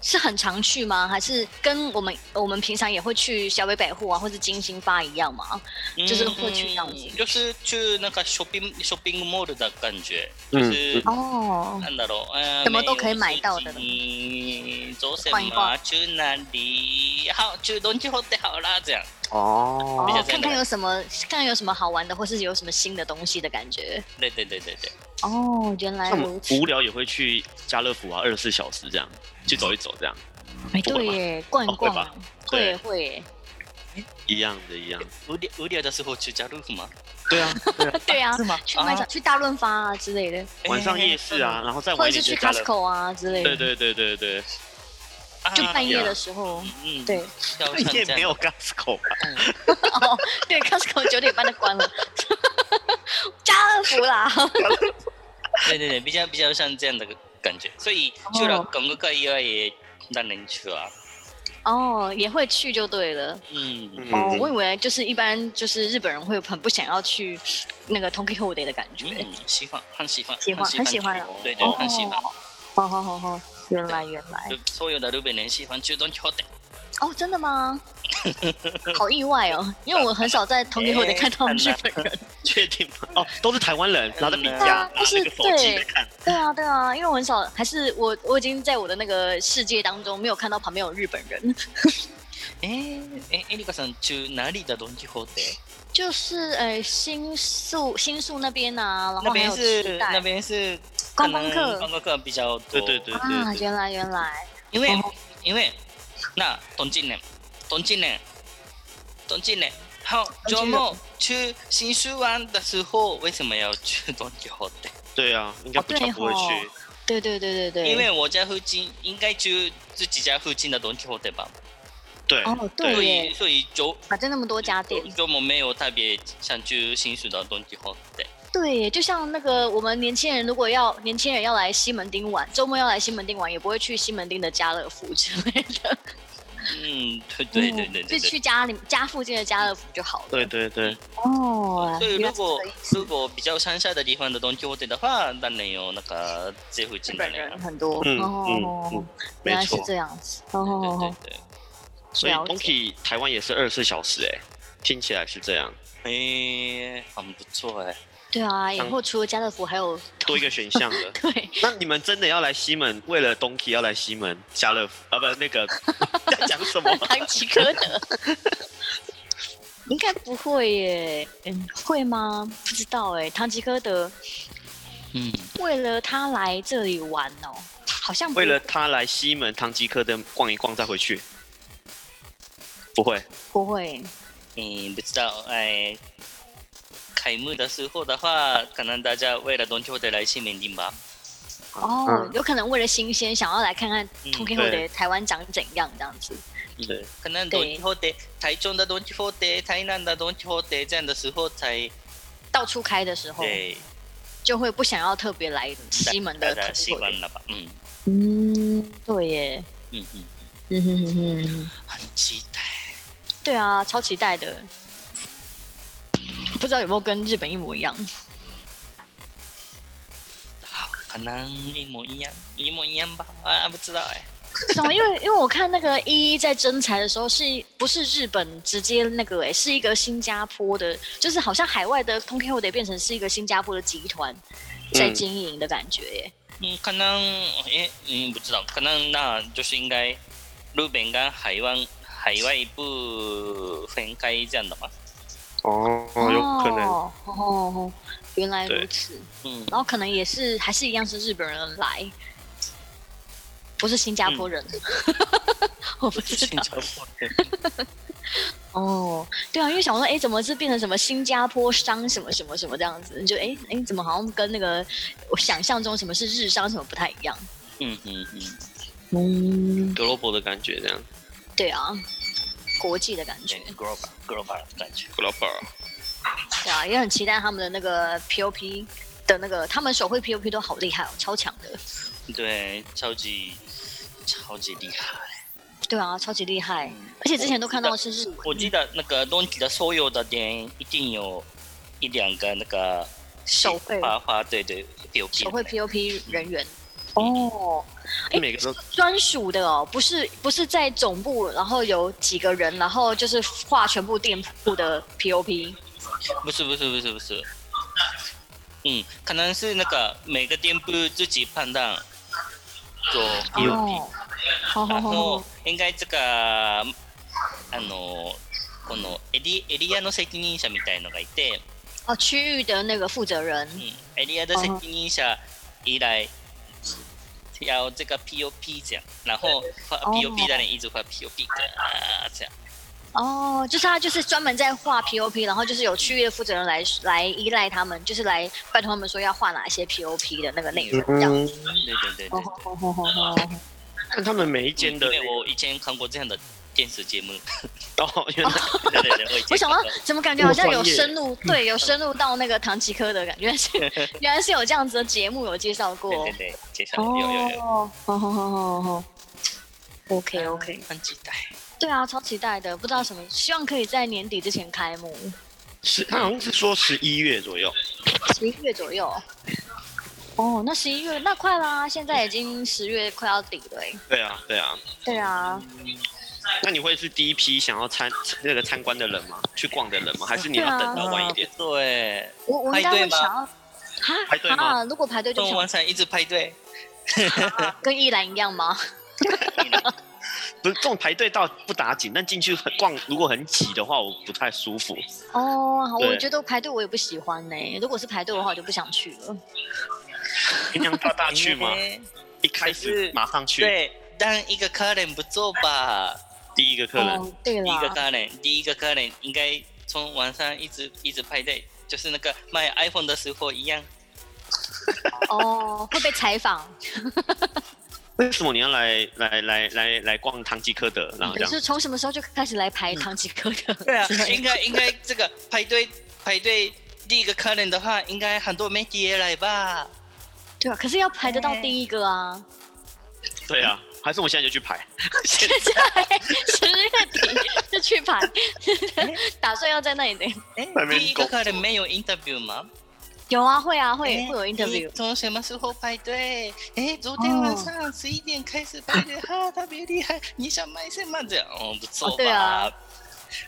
Speaker 2: 是很常去吗？还是跟我们我们平常也会去小北百货啊，或是金星发一样吗？就是会去这样子
Speaker 1: 嗯就是去那个 shopping shopping mall 的感觉，
Speaker 3: 嗯
Speaker 1: 就是。
Speaker 2: 哦，
Speaker 1: なんだろう、嗯
Speaker 2: 什么都可以买到的
Speaker 1: 没有事情走什
Speaker 2: 逛一
Speaker 1: 么
Speaker 2: 逛
Speaker 1: 去哪里？好，去东京后的好啦，这样。
Speaker 3: 哦
Speaker 1: 比较
Speaker 2: 哦，
Speaker 1: 真的
Speaker 2: 看看有什么，看看有什么好玩的，或是有什么新的东西的感觉。
Speaker 1: 对对对对对，
Speaker 2: 哦，原来
Speaker 3: 像我
Speaker 2: 如
Speaker 3: 们
Speaker 2: 此。
Speaker 3: 无聊也会去家乐福啊，二十四小时这样去走一走，这样
Speaker 2: 哎，
Speaker 3: 不会
Speaker 2: 对
Speaker 3: 吗
Speaker 2: 耶，逛一
Speaker 3: 哦会
Speaker 2: 逛，
Speaker 3: 吧
Speaker 2: 会
Speaker 3: 对
Speaker 2: 会耶，
Speaker 3: 一样的，一样。
Speaker 1: 无聊无聊的时候去家乐福吗？
Speaker 3: 对啊，对啊，
Speaker 2: 对啊，
Speaker 1: 吗
Speaker 2: 去卖场、去大润发啊之类的。
Speaker 3: 晚上夜市啊，，然后再
Speaker 2: 哎或
Speaker 3: 晚
Speaker 2: 者
Speaker 3: 一
Speaker 2: 是
Speaker 3: 点
Speaker 2: 去
Speaker 3: 就家乐福。
Speaker 2: Costco 啊之类的，
Speaker 3: 对啊对对对对，
Speaker 1: 啊
Speaker 2: 就半夜的时候，
Speaker 1: 嗯，
Speaker 2: 对，
Speaker 1: 要像
Speaker 3: 半
Speaker 1: 这
Speaker 3: 夜
Speaker 1: 样
Speaker 3: 没 有 Costco 吧？
Speaker 2: 哦，对，Costco 九点半就关了， 家乐福啦，
Speaker 1: 对对对，比较比较像这样的感觉。所以去了广告界以外也让人去啊。
Speaker 4: 哦，也会去就对了。
Speaker 1: 嗯，
Speaker 2: 哦，我以
Speaker 3: 嗯，
Speaker 2: 为就是一般就是日本人会很不想要去那个 Tokyo h o l i d a y 的感觉。
Speaker 1: 嗯，喜欢，很喜欢，
Speaker 2: 喜欢很喜欢啊
Speaker 1: 对对，
Speaker 2: 哦
Speaker 1: 很喜欢。
Speaker 2: 哦好好好，原来原来。
Speaker 1: 就所有的日本人喜欢去东京的。
Speaker 2: 哦，真的 吗？好意外哦，因为我很少在 Tokyo h o l i d a y 看到日本人。
Speaker 3: 确定吗？哦，都是台湾人，拿着笔
Speaker 2: 对
Speaker 3: 架
Speaker 2: 啊，
Speaker 3: 拿那个手机在看。
Speaker 2: 对啊，对啊，因为我很少，还是我我已经在我的那个世界当中没有看到旁边有日本人，
Speaker 1: えー、え、エリカさん、中哪里的东京ホテ？
Speaker 2: 就是呃新宿新宿那边啊，然
Speaker 1: 那
Speaker 2: 后还
Speaker 1: 边
Speaker 2: 有
Speaker 1: 是
Speaker 2: 池
Speaker 1: 那
Speaker 2: 袋
Speaker 1: 边是
Speaker 2: 观光
Speaker 1: 可能观
Speaker 2: 客
Speaker 1: 光客比较多。
Speaker 3: 对对对
Speaker 2: 啊，
Speaker 3: 对对，
Speaker 2: 原来原来
Speaker 1: 因为因为那东京人，东京人，东京人，好
Speaker 2: 京
Speaker 1: 周
Speaker 2: 人
Speaker 1: 末去新宿湾的时候，为什么要去东京火店？
Speaker 3: 对啊，应该
Speaker 2: 哦
Speaker 3: 不常
Speaker 2: 对
Speaker 3: 不会
Speaker 2: 吼
Speaker 3: 去。
Speaker 2: 对对对对对，
Speaker 1: 因为我家附近应该去自己家附近的东京火店吧，
Speaker 3: 对，
Speaker 2: 哦
Speaker 3: 对
Speaker 1: 所
Speaker 2: 对
Speaker 1: 以
Speaker 2: 耶，
Speaker 1: 所以周
Speaker 2: 反正那么多家店，
Speaker 1: 周末没有特别想去新宿的东京火店。
Speaker 2: 对耶，就像那个我们年轻人如果要年轻人要来西门町玩，周末要来西门町玩，也不会去西门町的家乐福之类的，
Speaker 1: 嗯，对 对对对对
Speaker 2: 就去
Speaker 1: 对。
Speaker 2: 家里家附近的家乐福就好了。
Speaker 3: 对对对，
Speaker 2: 哦，
Speaker 1: 所以如
Speaker 2: 原来是这
Speaker 1: 果
Speaker 2: 个意思
Speaker 1: 如果比较乡下的地方的东京火店的话，当然有那个这附
Speaker 2: 日
Speaker 1: 近的
Speaker 2: 本
Speaker 1: 人啊
Speaker 2: 人。很多，
Speaker 3: 嗯
Speaker 2: 哦
Speaker 3: 嗯，嗯，
Speaker 2: 原
Speaker 3: 没
Speaker 2: 来是
Speaker 3: 错。
Speaker 2: 这样子，
Speaker 1: 对对
Speaker 2: 哦，
Speaker 1: 对。
Speaker 3: 所以
Speaker 2: 了解
Speaker 3: Donkey 台湾也是二十四小时哎、听起来是这样，
Speaker 1: 诶、很不错哎、
Speaker 2: 对啊，以后除了家乐福还有。
Speaker 3: 多一个选项了
Speaker 2: 对，
Speaker 3: 那你们真的要来西门？为了 Donkey 要来西门家乐福啊？不，那 个在讲什么？
Speaker 4: 唐吉诃德，
Speaker 2: 应该不会耶，嗯，会吗？不知道哎，唐吉诃德
Speaker 1: 嗯，
Speaker 2: 为了他来这里玩哦，好像不
Speaker 3: 为了他来西门唐吉诃德逛一逛再回去？不会，
Speaker 2: 不会，
Speaker 1: 你不知道哎。开幕的时候的话，可能大家为了东京的来西门町吧。
Speaker 2: 哦，有可能为了新鲜，想要来看看
Speaker 1: 嗯
Speaker 2: Tokyo 的
Speaker 3: 对
Speaker 2: 台湾长怎样这样子。
Speaker 3: 对，
Speaker 1: 可能东
Speaker 2: 对
Speaker 1: 京火店、台中的东京火店、台南的东京火店这样的时候才
Speaker 2: 到处开的时候，
Speaker 1: 对，
Speaker 2: 就会不想要特别来西门
Speaker 1: 大
Speaker 2: 的
Speaker 1: 家习
Speaker 2: Tokyo
Speaker 1: 惯了吧？嗯
Speaker 2: 嗯，对耶，
Speaker 1: 嗯嗯，
Speaker 2: 嗯哼哼哼哼。
Speaker 1: 很期待。
Speaker 2: 对啊，超期待的。不知道有没有跟日本一模一样？
Speaker 1: 好，可能一模一样，一模一样吧？啊，不知道哎、
Speaker 2: 不知道，因为因为我看那个一一在征才的时候是，不是日本直接那个、欸？是一个新加坡的，就是好像海外的 Tokyo 得变成是一个新加坡的集团在
Speaker 3: 嗯
Speaker 2: 经营的感觉、欸。
Speaker 1: 嗯，可能诶，嗯，不知道，可能那就是应该日本跟海湾海外部分开这样的嘛。
Speaker 3: 哦，
Speaker 2: 哦哦，原来如
Speaker 3: 对
Speaker 2: 此。
Speaker 1: 嗯，
Speaker 2: 然后可能也是还是一样是日本人来，不是新加
Speaker 3: 嗯
Speaker 2: 坡人。我不知道
Speaker 1: 新。加坡对，
Speaker 2: 哦，对啊，因为想说，哎，怎么是变成什么新加坡商什么什么什么这样子？你就哎哎，诶怎么好像跟那个我想象中什么是日商什么不太一样？
Speaker 1: 嗯嗯嗯，
Speaker 2: 嗯，
Speaker 3: 格罗伯的感觉这样，
Speaker 2: 对啊，国际的感觉
Speaker 1: 对，，global global 的感觉。
Speaker 3: 格罗伯
Speaker 2: 对啊，也很期待他们的那个 POP 的那个，他们手绘 POP 都好厉害哦，超强的。
Speaker 1: 对，超级超级厉害。
Speaker 2: 对啊，超级厉害，而且之前都看到的是日文。
Speaker 1: 我记得那个东京的所有的店一定有一两个那个
Speaker 2: 手绘
Speaker 1: 花花，对对，有
Speaker 2: 手绘 POP 人员。
Speaker 1: 嗯
Speaker 2: 哦，诶
Speaker 3: 每个都
Speaker 2: 专属的哦，不是不是在总部，然后有几个人，然后就是画全部店铺的 POP。
Speaker 1: 不是不是不是不是，嗯，可能是那个每个店铺自己判断做 POP。
Speaker 2: 哦，好好
Speaker 1: 然
Speaker 2: 好
Speaker 1: 后
Speaker 2: 好，
Speaker 1: 应该这个あのこのエリエリアの責任者みたいのがいて、
Speaker 2: 哦，区域的那个负责人
Speaker 1: うん、エリア的責任者以来要这个 POP 这样，然后发
Speaker 2: 哦
Speaker 1: POP 的人一直发 POP 啊这样，
Speaker 2: 哦，就是他就是专门在画 POP，然后就是有区域的负责人来来依赖他们，就是来拜托他们说要画哪些 POP 的那个内容这样。
Speaker 3: 嗯，
Speaker 1: 对对对对
Speaker 2: 哦
Speaker 1: 对。
Speaker 2: 吼吼吼吼吼
Speaker 3: 看他们每一间的
Speaker 1: 因为我以前看过这样的电视节 目。
Speaker 3: 哦，原来
Speaker 1: 对对对，我以前
Speaker 2: 我想到
Speaker 1: 看过
Speaker 2: 怎么感觉好像
Speaker 3: 这
Speaker 2: 有
Speaker 3: 么专业
Speaker 2: 深入，对，有深入到那个唐吉诃德，感觉是原来是有这样子的节目有介绍过。
Speaker 1: 对对对，介绍有有有。
Speaker 2: 哦，好好好好好。OK OK，
Speaker 1: 很期待。
Speaker 2: 对啊，超期待的，不知道什么，希望可以在年底之前开幕，
Speaker 3: 十，他好像是说十一月左右。
Speaker 2: 十一月左右。哦，那十一月那快啦，现在已经十月快要底了、欸。
Speaker 3: 对啊，对啊。
Speaker 2: 对啊，
Speaker 3: 那你会是第一批想要参那个参观的人吗？去逛的人吗？还是你要等到晚一点？
Speaker 1: 啊。不错哎，
Speaker 2: 我我应该
Speaker 1: 排
Speaker 2: 会
Speaker 1: 队吗
Speaker 2: 想要。
Speaker 3: 排队
Speaker 2: 哈
Speaker 3: 吗
Speaker 2: 啊！如果排队就
Speaker 1: 动
Speaker 2: 想
Speaker 1: 完才一直排队。
Speaker 2: 啊跟依兰一样吗？
Speaker 3: 不是这种排队倒不打紧，但进去很逛如果很挤的话，我不太 舒服。
Speaker 2: 哦，好，
Speaker 3: 对
Speaker 2: 我觉得排队我也不喜欢呢、如果是排队的话，我就不想去了。
Speaker 3: 平常大大去吗？
Speaker 1: 欸
Speaker 3: 一
Speaker 1: 可
Speaker 3: 开始
Speaker 1: 是
Speaker 3: 马上去，
Speaker 1: 对，当一个客人不做吧，
Speaker 3: 第一个客人。
Speaker 2: 哦，对
Speaker 1: 第一个
Speaker 2: 啦，
Speaker 1: 客人，第一个客人应该从晚上一直一直排队，就是那个卖 iPhone 的时候一样。
Speaker 2: 哦，会被采访，
Speaker 3: 为什么你要来来来来来逛唐吉诃德？然后这
Speaker 2: 就
Speaker 3: 样
Speaker 2: 是从什么时候就开始来排唐吉诃德？
Speaker 1: 对啊，应该应该这个排队排队第一个客人的话，应该很多媒体也来吧？
Speaker 2: 对啊，可是要排得到第一个啊，
Speaker 3: 对啊，还是我现在就去 排？
Speaker 2: 现在十月底就去排， 打算要在那里的。
Speaker 1: 哎
Speaker 3: 外，面
Speaker 1: 第一个客人没有 interview 吗？
Speaker 2: 有啊，会啊，会
Speaker 1: 哎
Speaker 2: 会有 interview
Speaker 1: 你。从什么时候排队？哎，昨天晚上十一点开始排队，哈，特别厉害。你想买什么？这样哦，不错吧？
Speaker 2: 哦对啊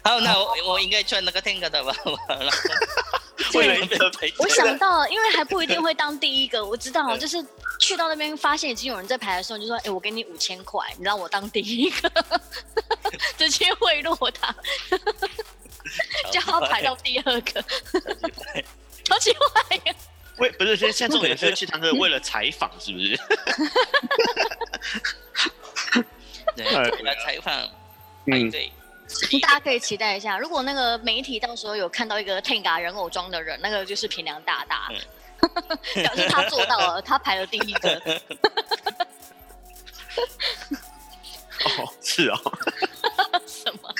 Speaker 1: 好，那我我应该穿那个 Tenga 的吧？然后
Speaker 3: 为了一个
Speaker 1: 排队
Speaker 2: 我想到了，因为还不一定会当第一个，我知道，
Speaker 1: 嗯
Speaker 2: 就是去到那边发现已经有人在排的时候，你就说：“哎、我给你五千块，你让我当第一个， 直接贿赂他， 叫他 排到第二个。”好奇怪呀！
Speaker 3: 为不是现现在重点是去唐吉诃德为了采访，是不是？
Speaker 1: 对，
Speaker 3: 哎
Speaker 1: 为了采访
Speaker 2: 嗯
Speaker 1: 排队，
Speaker 2: 大家可以期待一下，如果那个媒体到时候有看到一个 Tenga 人偶装的人，那个就是平良大大， 表示他做到了，他排了第一个。
Speaker 3: 哦，是哦。
Speaker 2: 什么？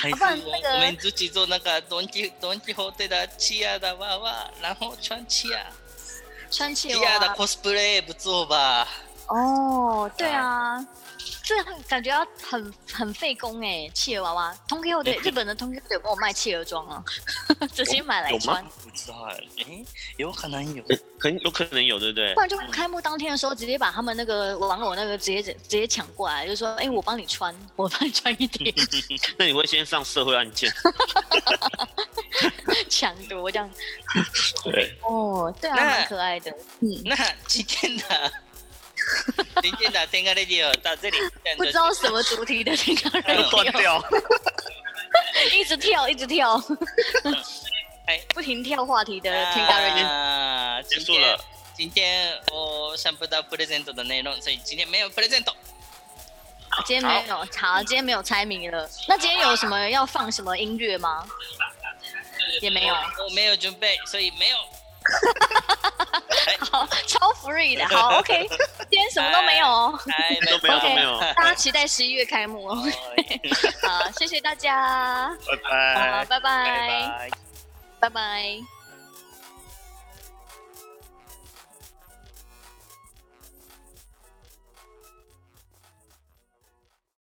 Speaker 1: 还
Speaker 2: 不然
Speaker 1: 是
Speaker 2: 那个
Speaker 1: 我我们自己做那个 Donkey Donkey Hotel 的企亚的娃娃，然后穿企亚
Speaker 2: 穿起
Speaker 1: 企亚的
Speaker 2: 娃
Speaker 1: cosplay 不错吧？
Speaker 2: 哦，对啊，这很感觉要很很费工哎、企鹅娃娃。通 Q 对日本的通 Q 有帮我卖企鹅装 啊，直接买来
Speaker 3: 有吗
Speaker 2: 穿，
Speaker 1: 不知道，哎，有可能有。
Speaker 3: 很有可能有，对不对
Speaker 2: 不？然就开幕当天的时候直接把他们那个玩偶那个直接直接抢过来，就说哎、我帮你穿，我帮你穿一 点，
Speaker 3: 那你会先上社会案 件？
Speaker 2: 抢夺这样。
Speaker 3: 对，
Speaker 2: 哦，对啊，
Speaker 1: 那
Speaker 2: 蛮可爱的。嗯，
Speaker 1: 那今天的今天的天咖 radio 到这里，
Speaker 2: 不知道什么主题的那个
Speaker 1: 嗯
Speaker 3: 断
Speaker 2: 人
Speaker 3: 掉。
Speaker 2: 一直跳，一直 跳，
Speaker 1: 哎
Speaker 2: 不停跳话题的天咖人。
Speaker 1: 啊，
Speaker 3: 结
Speaker 1: 今
Speaker 3: 束
Speaker 1: 天
Speaker 3: 了。
Speaker 1: 今天我想不到 present 的内容，所以今天没有 present。
Speaker 2: 今天没有，好，今天没有猜谜了。那今天有什么要放什么音乐吗？ 也没有。
Speaker 1: 我没有准备，所以没有。
Speaker 2: 好，超 free 的。好，OK，今天什么都没有哦。
Speaker 1: 哎，
Speaker 3: 都没有
Speaker 1: 拜拜
Speaker 3: 都没有
Speaker 2: 大家期待十一月开幕哦。好，谢谢大家。
Speaker 3: 拜
Speaker 2: 好，拜
Speaker 3: 拜。
Speaker 1: 拜
Speaker 2: 拜，
Speaker 1: 拜。
Speaker 2: 拜拜。